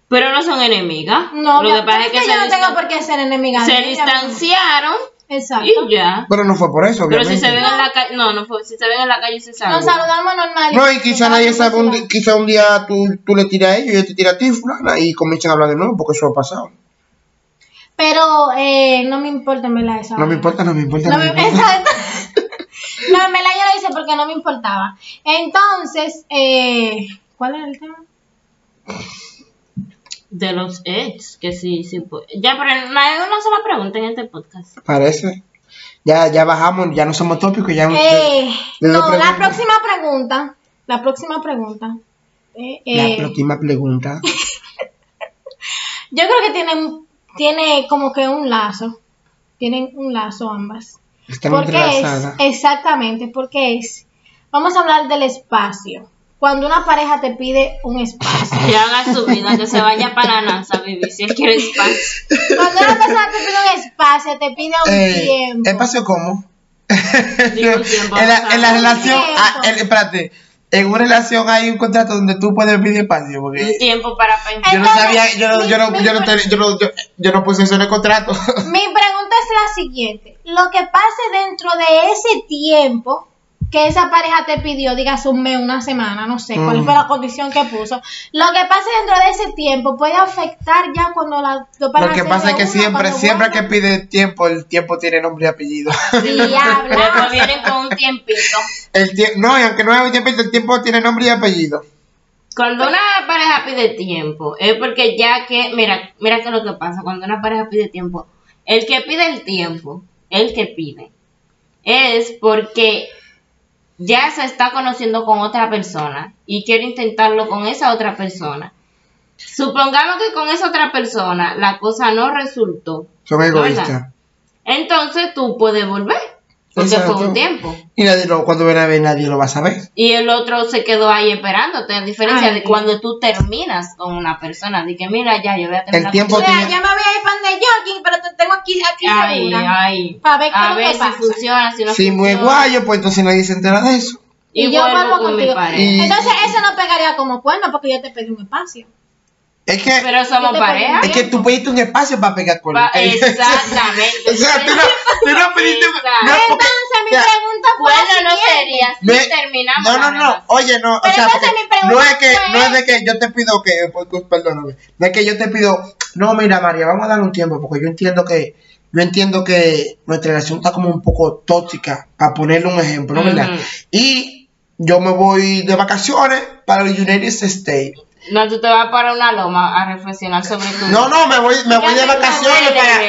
C: Pero no son enemigas.
B: No,
C: lo que
B: ya-
C: pasa es que
B: yo no
C: se,
B: tengo
C: distan-
B: por qué ser enemiga. de
C: se
B: ella.
C: distanciaron
B: Exacto.
C: y ya.
A: Pero no fue por eso,
C: Pero
A: obviamente.
C: si se ven en la calle, no, no fue, si se ven en la calle se
B: Nos
C: saludan.
B: saludamos normal.
A: No, y quizá nadie sabe, un, di-
B: día.
A: quizá un día tú, tú le tiras a ellos y yo te tiro a ti, fulana, y comienzan a hablar de nuevo, porque eso ha pasado.
B: Pero eh, no me importa, en verdad,
C: Ah.
B: esa
A: No me
B: vaina.
A: importa, no me importa.
B: No
A: no
B: me,
A: me importa.
B: exacto. No, en verdad yo lo hice porque no me importaba. Entonces, eh, ¿cuál era el tema?
C: De los ex, que sí, sí. pues. Ya, pero no hay una sola pregunta en este podcast.
A: Parece. Ya, ya bajamos, ya no somos tópicos, ya...
B: Eh,
A: de la
B: no, la
A: pregunta.
B: próxima pregunta. La próxima pregunta. Eh, eh,
A: la próxima pregunta.
B: yo creo que tiene, tiene como que un lazo. Tienen un lazo ambas.
A: Están
B: Porque es,
A: entrelazadas.
B: exactamente, porque es. Vamos a hablar del espacio. Cuando una pareja te pide un espacio.
C: Que haga su vida, que se vaya para la NASA a vivir si él quiere espacio.
B: Cuando una persona te pide un espacio, te pide un
A: Eh,
B: tiempo.
A: ¿Espacio cómo?
C: Digo, tiempo,
A: en, la,
C: o sea,
A: en la relación...
B: tiempo.
A: ah, en- espérate. En una relación hay un contrato donde tú puedes pedir espacio, porque...
C: Un tiempo para pensar.
A: Yo no
B: Entonces,
A: sabía, yo no, yo no,
B: mi-
A: yo no, tenía- yo no- yo- yo no puse eso en el contrato.
B: Mi pregunta es la siguiente. Lo que pase dentro de ese tiempo que esa pareja te pidió, digas un mes, una semana, no sé cuál
A: Mm.
B: fue la condición que puso, lo que pase dentro de ese tiempo puede afectar ya cuando la tu
A: Lo
B: pareja
A: que
B: se
A: pasa es que
B: reúna,
A: siempre,
B: cuando
A: siempre que
B: vuelva.
A: pide tiempo, el tiempo tiene nombre y apellido.
B: Diabla.
C: Luego vienen con un tiempito.
A: El tie- no, y aunque no haya tiempo, el tiempo tiene nombre y apellido.
C: Cuando una pareja pide tiempo, es porque ya que, mira, mira que lo que pasa, cuando una pareja pide tiempo, el que pide el tiempo, el que pide, es porque ya se está conociendo con otra persona y quiere intentarlo con esa otra persona. Supongamos que con esa otra persona la cosa no resultó.
A: Son
C: ¿verdad?
A: egoístas.
C: Entonces tú puedes volver, porque fue
A: Exacto.
C: un tiempo.
A: Y nadie lo, cuando ven a ver, nadie lo va a saber.
C: Y el otro se quedó ahí esperándote, a diferencia
B: Ay.
C: de cuando tú terminas con una persona, de que mira, ya, yo voy a terminar
A: El tiempo
B: O sea,
A: tiene-
B: ya me voy a ir para donde Georgie, pero te tengo aquí, aquí
C: con Ay,
B: segura.
C: ay.
B: Pa' ver qué
C: a
B: es lo que
C: ver si
B: pasa.
C: funciona, si no
A: si muy
C: funciona.
A: guayo, pues entonces nadie se entera de eso.
B: Y,
C: Y,
B: yo
C: vuelvo
B: vuelvo
C: con
B: contigo.
C: mi pareja.
A: Y-
B: Entonces eso no pegaría como cuerno porque yo te pedí un espacio.
A: Es que,
C: Pero
B: Yo
C: somos
B: te
C: pareja.
A: es que tú pediste un espacio para pegar con
C: Pa-
A: él.
C: Exactamente.
A: o sea, tú no, tú no pediste.
C: Exacto.
A: No, porque-
B: Entonces mi
A: o sea,
B: pregunta fue la
C: Bueno, no
B: siguiente.
C: sería si
A: no es-
C: terminamos.
A: No,
C: la
A: no, no.
C: relación.
A: Oye, no.
B: Pero
A: o sea,
B: entonces
A: porque
B: mi pregunta
A: no es que,
B: fue-
A: no es de que yo te pido que, porque- perdóname, no es que yo te pido, no, mira, María, vamos a dar un tiempo, porque yo entiendo que, yo entiendo que nuestra relación está como un poco tóxica, para ponerle un ejemplo, ¿verdad?
C: Ujú.
A: Y yo me voy de vacaciones para el United States.
C: No, tú te vas para una loma a reflexionar sobre tu
A: No, no, me voy, me voy de vacaciones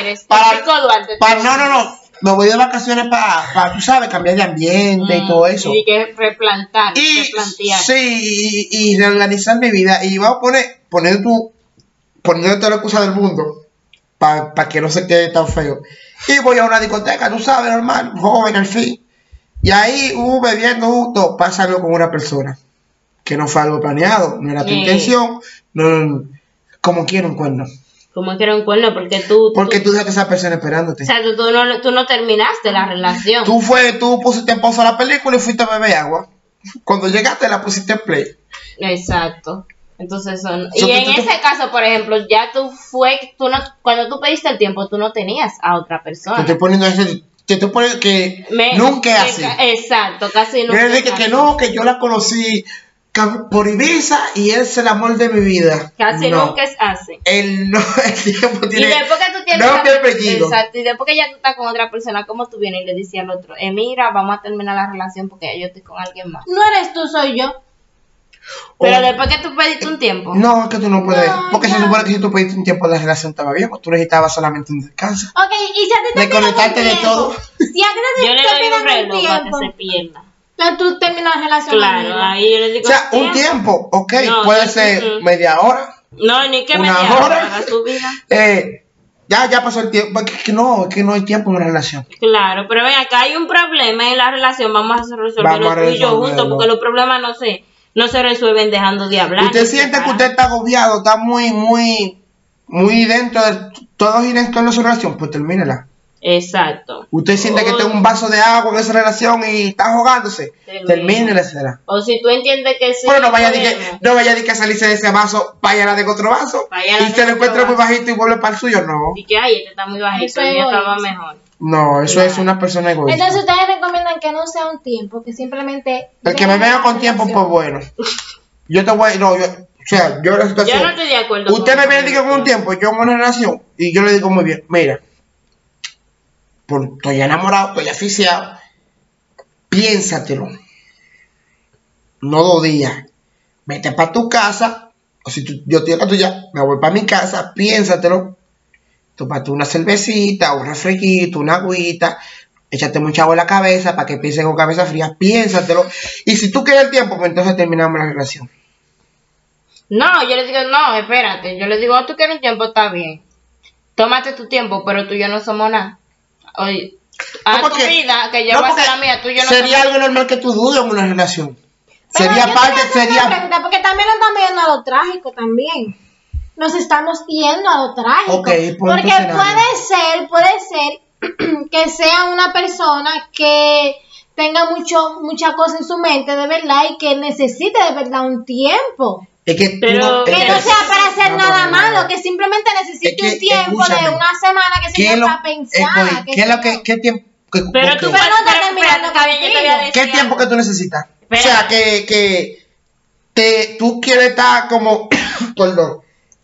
C: este
A: para, para, para- no, no, no, me voy de vacaciones para, para, tú sabes, cambiar de ambiente y todo eso.
C: Y Mm, que replantar,
A: y
C: replantear.
A: sí y, y reorganizar mi vida y vamos a poner poner tu poner toda la excusa del mundo para que no se quede tan feo y voy a una discoteca tú sabes normal joven al fin y ahí uh, bebiendo justo pasa algo con una persona que no fue algo planeado no era tu
C: Sí.
A: intención no, no, no. como quiero un cuerno
C: Como que era un cuerno, porque tú.
A: porque
C: tú-
A: tú dejaste a esa persona
C: O
A: esperándote
C: sea, tú, tú no, tú no terminaste la relación.
A: tú fue tú pusiste en pausa la película y fuiste a beber agua cuando llegaste la pusiste en play
C: Exacto. Entonces son.
A: So,
C: Y
A: tú-
C: en
A: tú- tú-
C: ese caso, por ejemplo, ya tú fue, tú no, cuando tú pediste el tiempo, tú no tenías a otra
A: Te
C: persona.
A: estoy poniendo ese- te estoy poniendo que
C: Me-
A: nunca
C: me- eh,
A: así.
C: Exacto, casi
A: Yo
C: nunca.
A: le dije que
C: casi-
A: no, que yo la conocí ca- por Ibiza y él es el amor de mi vida.
C: Casi
A: No.
C: nunca es así.
A: Él no, el tiempo
C: Y
A: tiene.
C: después que tú tienes.
A: nombre y apellido.
C: Exacto. Y después que ya tú estás con otra persona, ¿cómo tú vienes y le dices al otro, eh, mira, vamos a terminar la relación porque ya yo estoy con alguien más?
B: No eres tú, soy yo.
C: Pero
A: O-
C: después que tú pediste un tiempo.
A: Oh. No, es que tú no puedes.
B: No,
A: porque se
B: ya.
A: supone que si tú pediste un tiempo la relación estaba bien, pues tú necesitabas solamente un descanso.
B: Ok, y si a ti te
A: Desconectarte
B: piden
A: de
B: un tiempo,
A: todo.
B: Si a ti te,
C: Yo le
B: te
C: doy un
B: piden un
C: reloj para que
B: tiempo,
C: se pierda.
B: la- tú terminas la relación.
C: Claro,
B: conmigo.
C: ahí yo le digo.
A: O sea, un tiempo, ok,
C: No,
A: puede
C: sí,
A: ser
C: sí, sí.
A: media hora.
C: No, ni que
A: Una
C: media
A: hora.
C: hora para tu vida.
A: eh, ya, ya pasó el tiempo. Es que- que no, es que no hay tiempo en una relación.
C: Claro, pero ven, acá hay un problema en la relación, vamos a resolverlo
A: Vamos a
C: tú y yo
A: resolverlo.
C: juntos, porque los problemas no se, no se resuelven dejando de hablar.
A: usted
C: ni
A: siente que
C: separar.
A: usted está agobiado, está muy, muy, muy dentro de todo gira en torno a su relación, pues termínela.
C: Exacto.
A: Usted siente que
C: O-
A: tiene un vaso de agua en esa relación y está jugándose.
C: Termínela.
A: Termínela, será.
C: O si tú entiendes que sí. pues,
A: Pero no vaya, a decir
C: podemos.
A: que, no vaya a decir que salirse de ese vaso, vaya a la de otro vaso.
C: Vaya a la
A: y
C: de
A: se lo
C: otro
A: encuentra muy
C: vaso.
A: bajito y vuelve para el suyo. No,
C: Y que, ay, este está muy
B: Eso
C: bajito,
B: es
C: el mío estaba
B: egoísmo.
C: mejor.
A: no, eso
C: Claro.
A: es una persona egoísta.
B: Entonces ustedes recomiendan que no sea un tiempo, que simplemente...
A: el que me
B: vean
A: veo con
B: la
A: tiempo, pues
B: relación.
A: bueno. Yo te voy, no, yo, o sea, yo la
C: Yo
A: situación.
C: no estoy de acuerdo.
A: Pues Usted me
C: con-
A: viene y dice con un tiempo, yo en una relación, y yo le digo muy bien, mira, por- estoy enamorado, estoy asfixiado, piénsatelo. No dos días. Vete para tu casa, o si tú- yo estoy acá tuya, me voy para mi casa, piénsatelo. Tómate una cervecita, un refresquito, una agüita, échate mucha agua en la cabeza para que piensen con cabeza fría, piénsatelo. Y si tú quieres el tiempo, pues entonces terminamos la relación.
C: No, yo le digo, no, espérate. Yo le digo, "Oh, tú quieres un tiempo, está bien. Tómate tu tiempo, pero tú y yo no somos nada. Oye, haz
A: No,
C: tu
A: porque-
C: vida, que yo
A: no,
C: voy a hacer
A: porque
C: la mía, tú y yo no
A: Sería
C: somos
A: algo normal que tú dudes en una relación.
B: Pero
A: sería
B: yo te
A: parte,
B: voy a hacer una
A: sería.
B: pregunta, porque también nos estamos yendo a lo trágico también. Nos estamos yendo a lo trágico.
A: Ok, pon tu
B: porque
A: escenario.
B: puede ser, puede ser que sea una persona que tenga mucho, mucha cosa en su mente de verdad y que necesite de verdad un tiempo.
A: Es que tú
C: Pero-
A: no-
C: Pero
B: Que no
C: Entonces,
B: sea para hacer
A: no, no,
B: nada
A: no, no.
B: malo, que simplemente necesite
A: Es que,
B: un tiempo de
A: escúchame,
B: una semana que se
A: ¿Qué es lo
B: lleva a pensar.
A: eh, ¿Qué es lo que qué tiempo? qué-
C: Pero
A: ok.
C: tú
B: Pero no te
C: espérate,
B: terminas
C: espérate,
B: lo
C: está bien, yo te voy a
B: contigo.
A: ¿Qué
C: decir
A: tiempo
C: algo.
A: que tú necesitas? O
C: Espera.
A: sea, que, que te, tú quieres estar como, perdón,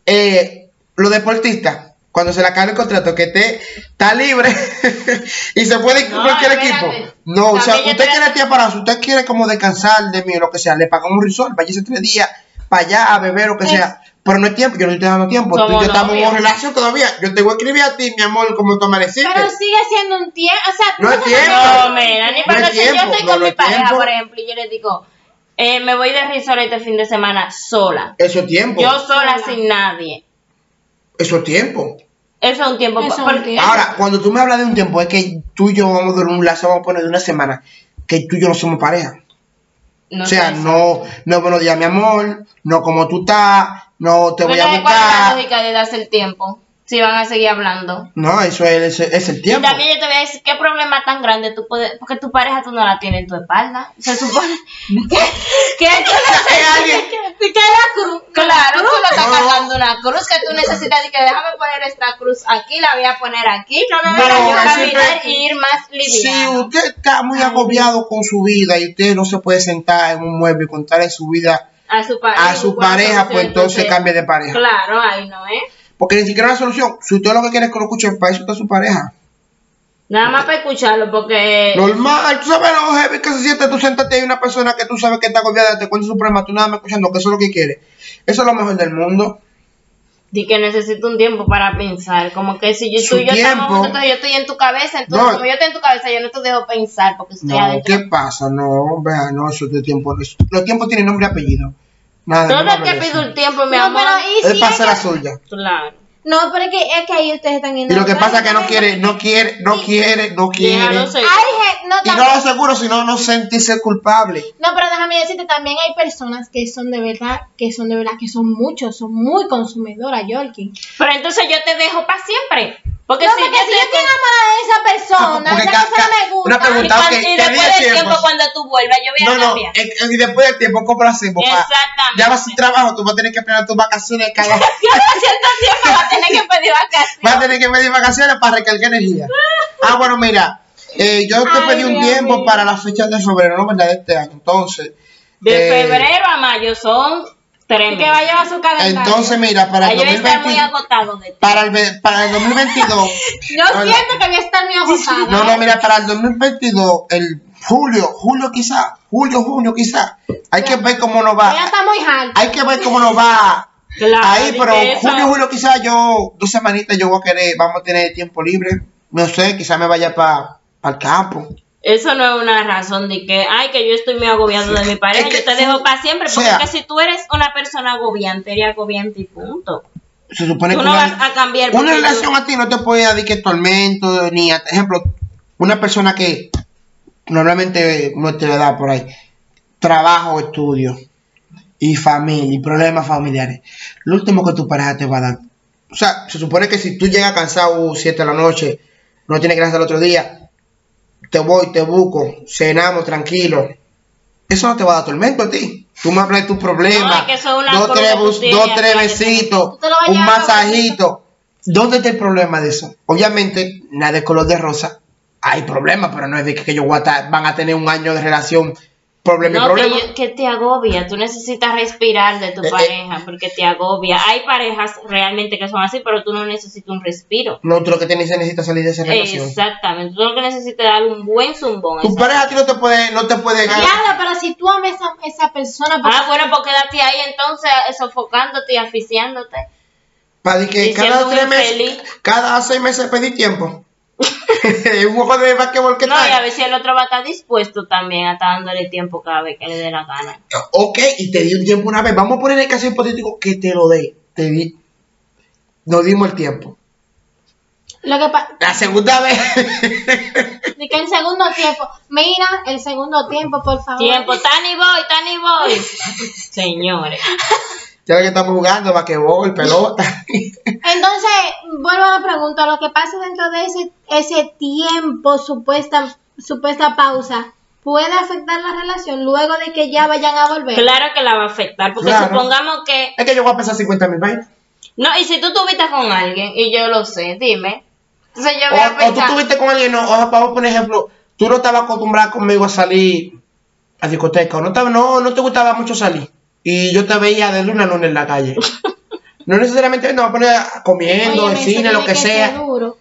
A: eh, los deportistas, cuando se le acabe el contrato, que te está libre y se puede ir con
C: No,
A: cualquier
C: espérate.
A: equipo. No, o sea, usted
C: También espérate.
A: quiere tiempo para usted quiere como descansar de mí o lo que sea, le pagan un resort, váyase tres días para allá a beber o que
B: Es-
A: sea. Pero no es tiempo, yo no estoy dando tiempo. Tú y yo
C: Somos
A: estamos en
C: novios.
A: una relación todavía. Yo te voy a escribir a ti, mi amor, como tú amaneciste.
B: Pero sigue siendo un tiempo, o sea, tú
A: No es
B: te
A: tiempo.
B: enamoras.
C: No, mira, ni
A: No
C: para
A: hay
C: que si yo
A: tiempo,
C: estoy
A: no,
C: con
A: no
C: mi
A: hay
C: pareja,
A: tiempo.
C: por ejemplo, y yo le digo, eh, me voy de risor este fin de semana sola.
A: Eso es tiempo.
C: Yo
B: Sola.
C: sola, sin nadie.
A: Eso es tiempo.
C: Eso es un tiempo.
B: Eso es un
C: porque-
B: tiempo.
A: Ahora, cuando tú me hablas de un tiempo, es que tú y yo vamos a durar un lazo, vamos a poner de una semana, que tú y yo no somos pareja.
C: No
A: o sea,
C: sé.
A: no, no buenos días, mi amor, no como tú estás, no te voy a
C: Entonces, ¿Cuál es la
A: buscar.
C: lógica de darse el tiempo? Si van a seguir hablando.
A: No, eso es, es, es el
C: Y
A: tiempo.
C: también yo te voy a decir, ¿qué problema tan grande tú puedes...? Porque tu pareja tú no la tienes en tu espalda. Se supone que, que tú
A: sea, es
C: necesitas...
A: alguien-
C: que-
B: Te cae la cruz.
C: Claro, tú no estás
A: No.
C: cargando una cruz que tú necesitas y que déjame poner esta cruz aquí, la voy a poner aquí. No me
A: No,
C: voy a
A: es
C: caminar
A: siempre-
C: y ir más
A: Si
C: liviano.
A: usted está muy agobiado con su vida y usted no se puede sentar en un mueble y contar en su vida
C: a su pareja.
A: a su
C: cuando
A: pareja,
C: se-
A: pues entonces cambie de pareja.
C: Claro, ahí no, ¿eh?
A: Porque ni siquiera es una solución. Si usted lo que quiere es que lo escuche, para eso está su pareja.
C: Nada más para escucharlo porque...
A: Normal, tú sabes lo heavy que se siente, tú siéntate ahí una persona que tú sabes que está golpeada, te cuenta su problema, tú nada más escuchando, que eso es lo que quiere. Eso es lo mejor del mundo.
C: Di que necesito un tiempo para pensar. Como que si yo,
A: Su
C: tú y yo estamos
A: tiempo.
C: juntos, entonces yo estoy en tu cabeza. Entonces,
A: No.
C: como yo estoy en tu cabeza, yo no te dejo pensar porque estoy
A: No,
C: adentro.
A: ¿qué pasa? No, vea, no, eso de tiempo. eso- Los tiempos tienen nombre y apellido. Nada,
C: Todo
A: no me
C: el que
A: merece.
C: pide un tiempo, mi
B: No,
C: amor.
B: pero y
A: Él
B: si
A: pasa
B: es
A: la
B: que-
A: suya.
C: Claro.
B: No, pero es que, es que ahí ustedes están
A: Y lo que pasa es que no quiere, no quiere, no quiere, no quiere.
C: Déjalo ser.
B: Hay gen- no,
A: Y no
B: también-
A: lo aseguro, si no, no sentirse culpable.
B: no, pero déjame decirte, también hay personas que son de verdad, que son de verdad, que son muchos, son muy consumidoras, Yorkin.
C: Pero entonces yo te dejo para siempre. Porque
B: no,
C: si
B: porque
C: yo
B: si
C: te-
B: yo estoy enamorada de esa persona,
A: Porque
B: esa
A: ca-
B: persona
A: ca-
B: me gusta.
A: una pregunta,
C: y,
A: ok,
C: cuan- y
A: te di
C: después del
A: tiempo.
C: tiempo, cuando tú vuelvas, yo voy a
A: No, no,
C: cambiar.
A: eh, eh, y después del tiempo compras tiempo. pa.
C: Exactamente.
A: Ya vas sin trabajo, tú vas a tener que planear tus vacaciones cada
C: Yo no siento tiempo, va a tener que pedir
A: Vas a
C: vacaciones.
A: tener que pedir vacaciones para recargar energía. Ah, bueno, mira, eh, yo te
B: Ay,
A: pedí un
B: Dios
A: tiempo
B: mío.
A: para la fecha de febrero, ¿no? ¿Verdad? De este año. Entonces,
C: De
A: eh,
C: febrero a mayo son tres.
B: Y que va a llevar su calendario.
A: entonces, mira, para el,
C: Yo voy a estar
A: 2020
C: muy agotado de ti.
A: para, el, ve- para el 2022.
B: yo
A: no,
B: siento que voy a estar ¿eh? muy agotada.
A: No, no, mira, para el 2022, el julio, julio quizá, julio, junio quizá. Hay que ver cómo nos
B: Voy a
A: va.
B: estar muy alta.
A: Hay que ver cómo nos va.
C: Claro,
A: Ahí, pero
C: dice eso.
A: julio, julio quizá yo, dos semanitas yo voy a querer, vamos a tener tiempo libre. No sé, quizá me vaya para el campo.
C: Eso no es una razón de que, ay, que yo estoy muy agobiado de mi pareja,
A: Es que
C: yo te
A: sí,
C: dejo para siempre,
A: o
C: porque
A: sea,
C: que si tú eres una persona agobiante, eres agobiante y punto.
A: se supone
C: Tú
A: que
C: no
A: una,
C: vas a cambiar.
A: una
C: porque tú-
A: relación a ti no te puede dar de que tormento ni a- ejemplo una persona que normalmente no te da por ahí trabajo estudio y familia y problemas familiares lo último que tu pareja te va a dar O sea, se supone que si tú llegas cansado 7 de la noche, no tienes que hacer el otro día, te voy, te busco, cenamos tranquilo. Eso no te va a dar tormento a ti. Tú me hablas de tus
C: No,
A: problemas,
C: es que eso es una
A: dos, tres,
C: cosa que
A: bus-
C: tú
A: dos,
C: tienes,
A: tres
C: claro que sí.
A: besitos,
B: Tú te lo vas a
A: un
B: llevar,
A: masajito. ¿Dónde está el problema de eso? Obviamente, nada de color de rosa. Hay problemas, pero no es de que ellos voy a estar- van a tener un año de relación, problema y
C: No, que,
A: problema.
C: yo- que te agobia, tú necesitas respirar de tu
A: Eh, eh.
C: pareja porque te agobia. Hay parejas realmente que son así, pero tú no necesitas un respiro.
A: No, tú lo que tienes necesitas salir de esa relación.
C: Exactamente, tú lo que necesitas es dar un buen zumbón.
A: Tu
C: exacto.
A: pareja a ti no te puede, no te puede ganar.
B: Diabla, pero si tú amas a esa, esa persona, pues,
C: Ah, bueno, pues quédate ahí entonces eh, sofocándote y asfixiándote.
A: Para que
C: Y
A: cada
C: siendo
A: tres
C: muy
A: meses,
C: feliz.
A: cada seis meses pedí tiempo. Es un juego de basquetbol que
C: No, y a
A: tal.
C: ver si el otro va a estar dispuesto también a estar dándole tiempo cada vez que le dé la gana.
A: Ok, y te di un tiempo una vez. Vamos a poner el caso hipotético que te lo dé. Te di. Nos dimos el tiempo.
B: lo que pasa.
A: La segunda vez.
B: De que el segundo tiempo. Mira, el segundo tiempo, por favor.
C: Tiempo, Tani voy, Tani voy. Señores.
A: ya ves que estamos jugando, basquetbol, pelota.
B: Entonces, vuelvo a la pregunta. Lo que pasa dentro de ese, ese tiempo, supuesta, supuesta pausa, ¿puede afectar la relación luego de que ya vayan a volver?
C: Claro que la va a afectar, porque
A: Claro.
C: supongamos que...
A: es que yo voy a pesar 50 mil vainas.
C: No, y si tú estuviste con alguien, y yo lo sé, dime. Entonces yo voy
A: O,
C: a
A: o tú
C: pensar...
A: estuviste con alguien, no, o vamos a poner ejemplo, tú no estabas acostumbrada conmigo a salir a discoteca, o no, estaba- no, no te gustaba mucho salir, y yo te veía de luna a luna en la calle. No necesariamente, no, vamos a poner a- comiendo,
B: Óyeme,
A: en
B: eso
A: cine,
B: tiene
A: lo que
B: ser
A: sea.
B: duro.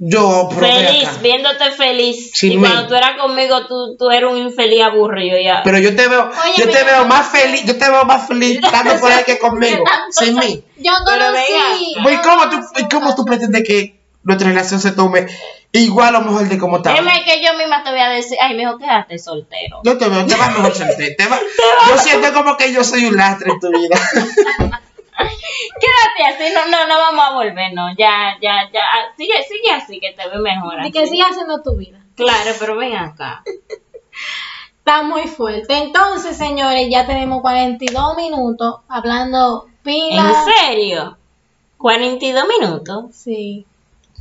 A: Yo, pero ven
C: Feliz,
A: acá.
C: viéndote feliz.
A: Sin
C: y
A: mí.
C: cuando tú eras conmigo, tú, tú eras un infeliz aburrido. Ya.
A: Pero yo te veo, yo
B: Óyeme,
A: te veo
B: yo-
A: más feliz, yo te veo más feliz estando por ahí que conmigo,
C: tanto
A: sin mí.
B: Yo
C: Pero
B: conocí.
C: venga.
A: Pues,
B: yo
A: ¿cómo tú,
B: conocí un
A: ¿cómo tú
B: caso.
A: pretendes que nuestra relación se tome igual o mejor de como estaba?
C: Dime que yo misma te voy a decir, ay, mejor quédate soltero.
A: Yo te veo, te vas mejor soltero. Te va- yo siento como que yo soy un lastre en tu vida.
C: Quédate así, no, no, no vamos a volver, no. Ya, ya, ya. ah, Sigue, sigue así, que te ve mejor.
B: Y que
C: así.
B: sigas haciendo tu vida.
C: Claro, pero ven acá.
B: Está muy fuerte. Entonces, señores, ya tenemos 42 minutos hablando
C: ¿En
B: pila.
C: serio? 42 minutos.
B: Sí,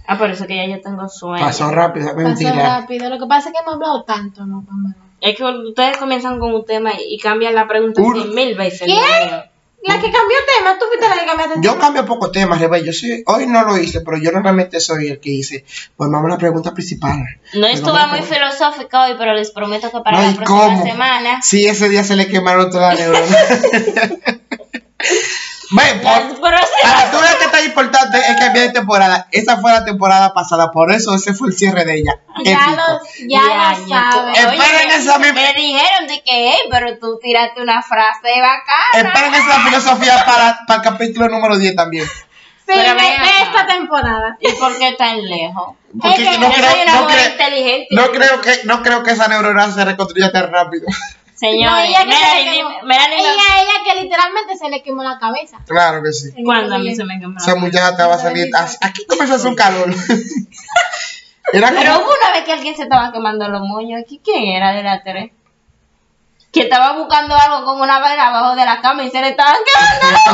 C: Ah, por eso que ya yo tengo sueño.
A: Pasó rápido,
B: pasó
A: mentira.
B: rápido. Lo que pasa es que hemos hablado tanto, ¿no? Pamela?
C: Es que ustedes comienzan con un tema y cambian la pregunta
A: Uno.
C: cien mil veces.
B: ¿Qué?
C: Dios mío.
B: La
A: Mm.
B: que cambió tema, tú fuiste la que cambiaste
A: Yo
B: tema.
A: cambio poco temas, Rebe. Yo soy, hoy no lo hice, pero yo normalmente soy el que hice. Volvamos a la pregunta principal.
C: No
A: Pero
C: estuve
A: vamos a
C: muy
A: poner-
C: filosófica hoy, pero les prometo que para
A: No,
C: la
A: ¿y
C: próxima
A: cómo?
C: semana
A: Sí, ese día se le quemaron todas las neuronas. Ven,
C: Las
A: por.
C: próximas-
A: Para tú veas Ah, que está importante es cambiar de temporada. Esa fue la temporada pasada, por eso ese fue el cierre de ella.
B: Ya
A: Épico.
B: lo, ya
C: Ya,
B: lo
C: ya, tú-
B: sabes.
A: Eh, Esperen
C: me-
A: esa misma-
C: Me dijeron de que, "Ey, pero tú tiraste una frase bacana.
A: Esperen esa filosofía para, para el capítulo número 10 también.
B: Sí, de,
C: pero ven
B: de
C: acá.
B: esta temporada.
C: ¿Y por qué tan lejos?
A: Porque
B: Es que
A: no
C: yo
A: creo,
C: soy una
A: no
C: mujer
A: creo-
C: inteligente.
A: No creo que, no creo que esa neurona se reconstruya tan rápido.
B: No,
C: Señores,
B: ella que se le
C: Melanie,
B: quemó.
C: dime- Melanie,
B: Ella, ella que literalmente se le quemó la cabeza.
A: Claro que sí.
C: me- ¿cuándo a mí se me quemó? la
A: Esa
C: boca?
A: muchacha te va a salir. as- Aquí comenzó a hacer un calor. Era
C: Pero
A: como.
C: hubo una vez que alguien se estaba quemando los moños. ¿Qui- ¿Quién era de la 3? Que estaba buscando algo con una vela abajo de la cama y se le estaban quemando los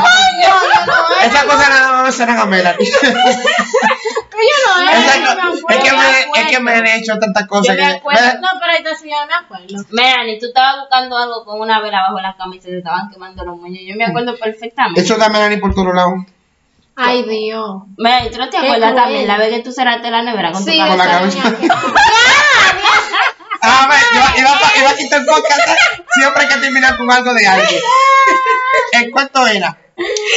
B: No,
C: moños.
B: no, no,
A: Esa cosa nada más suena a Melanie.
B: yo no,
A: Esa
B: eh,
A: co-
B: no me
A: es, que
B: acuerdo.
A: me, es que me han hecho tantas
C: Yo
A: cosas.
C: me
A: que-
C: acuerdo-
B: No, pero esta señora me acuerdo.
C: Melanie, tú estabas buscando algo con una vela abajo de la cama y se le estaban quemando los moños. Yo me acuerdo perfectamente.
A: Eso da Melanie por todos lados.
B: Ay, Dios.
C: Melanie, ¿tú no te
B: Qué
C: acuerdas
B: cruel.
C: también la vez que tú cerraste la nevera con tu
B: Sí,
C: cabeza?
A: Con la
B: esa
A: cabeza.
B: niña que-
A: Ah, A ver, iba, iba, pa- iba a quitar el podcast. Siempre hay que terminar con algo de alguien. ¿En cuánto era?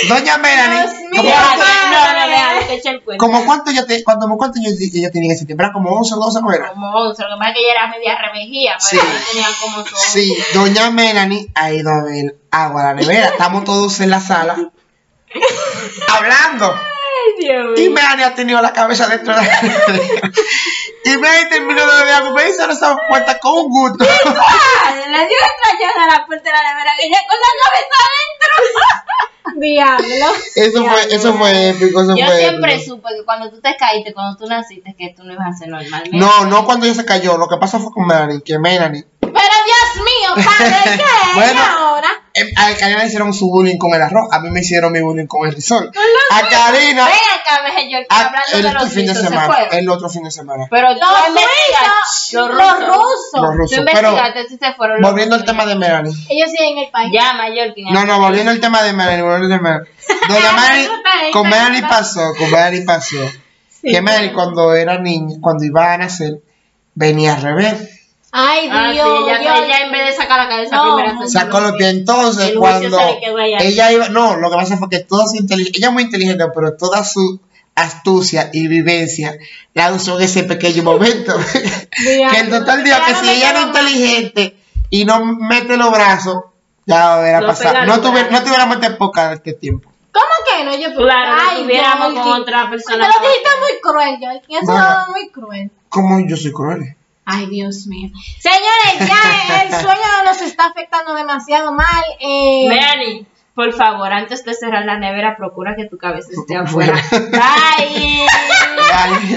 A: Doña Melanie.
B: Dios
A: ¿cómo
B: mío.
A: cuánto-
C: Ah, No, no, déjame que eche el cuento.
A: ¿Cómo cuánto ya te, cuánto, como cuánto yo, yo tenía en septiembre? ¿Era como 11 o 12 no era?
C: Como 11, lo que pasa es que ella era media revejía, pero
A: Sí.
C: yo tenía como su
A: Sí, doña Melanie ha ido a ver agua a la nevera. Estamos todos en la sala hablando.
C: Ay, Dios mío.
A: Y Melanie ha tenido la cabeza dentro de la nevera. Y Melanie terminó de beber agua. Me hizo esa puerta con un gusto.
C: Padre, Ah, le dio un trayazo a la puerta de la nevera que ella con la cabeza adentro.
B: Diablo.
A: Eso fue, eso fue épico, eso
C: Yo
A: fue
C: siempre
A: épico.
C: supe que cuando tú te caíste, cuando tú naciste, que tú no ibas a ser normal.
A: No, no cuando ella se cayó. Lo que pasó fue con Melanie, que Melanie
B: Pero Dios mío, padre, ¿qué es
A: Bueno.
B: ahora?
A: eh, a Karina le hicieron su bullying con el arroz, a mí me hicieron mi bullying con el risol. A Karina,
C: Ven acá, Meje, yo
A: a-
C: hablando de
A: Ah, el
C: los
A: fin de
C: rusos, ¿se
A: semana,
C: fueron?
A: el otro fin de semana.
C: Pero tú
B: Los
C: investigas-
B: rusos, los rusos.
A: Los rusos.
C: Tú
A: Pero-
C: investigaste si se fueron los
A: Volviendo al
C: rusos.
A: tema de Melanie.
B: Ellos siguen en el país.
C: Ya, Mallorquín.
A: No, no, volviendo al tema de Melanie, volviendo al tema de Melanie. Doña Melanie, con Melanie pasó, con Melanie pasó.
B: Sí.
A: que Melanie cuando era niña, cuando iba a nacer, venía al revés.
B: Ay,
C: Ah, sí,
B: Dios.
C: ella,
B: Dios.
C: ella en vez de sacar la cabeza
B: No,
C: primero. pues,
B: no.
C: sacó
A: Sacó los pies entonces
C: El juicio
A: cuando
C: se le quedó allá.
A: ella iba, no, lo que pasa fue que toda su inteligencia, ella es muy inteligente, pero toda su astucia y vivencia la usó en ese pequeño momento.
B: Diablo.
A: que el total dijo
B: Ya
A: que
B: no
A: si
B: me
A: ella era
B: quedó más.
A: inteligente y no mete los brazos, ya hubiera
C: Lo
A: pasado.
C: pega
A: No,
C: al
A: tuve,
C: lugar.
A: no tuviéramos época de este tiempo.
B: ¿Cómo que no? Yo,
C: Claro, no tuviéramos
B: Jordi.
C: con otra persona.
B: Te lo dijiste muy cruel, Jordi. Eso
A: Bueno.
B: es muy cruel.
A: Como yo soy cruel.
B: Ay, Dios mío. Señores, ya el sueño nos está afectando demasiado mal. Eh,
C: Melanie, por favor, antes de cerrar la nevera, procura que tu cabeza esté afuera.
A: Fuera.
C: Bye.
A: Vale.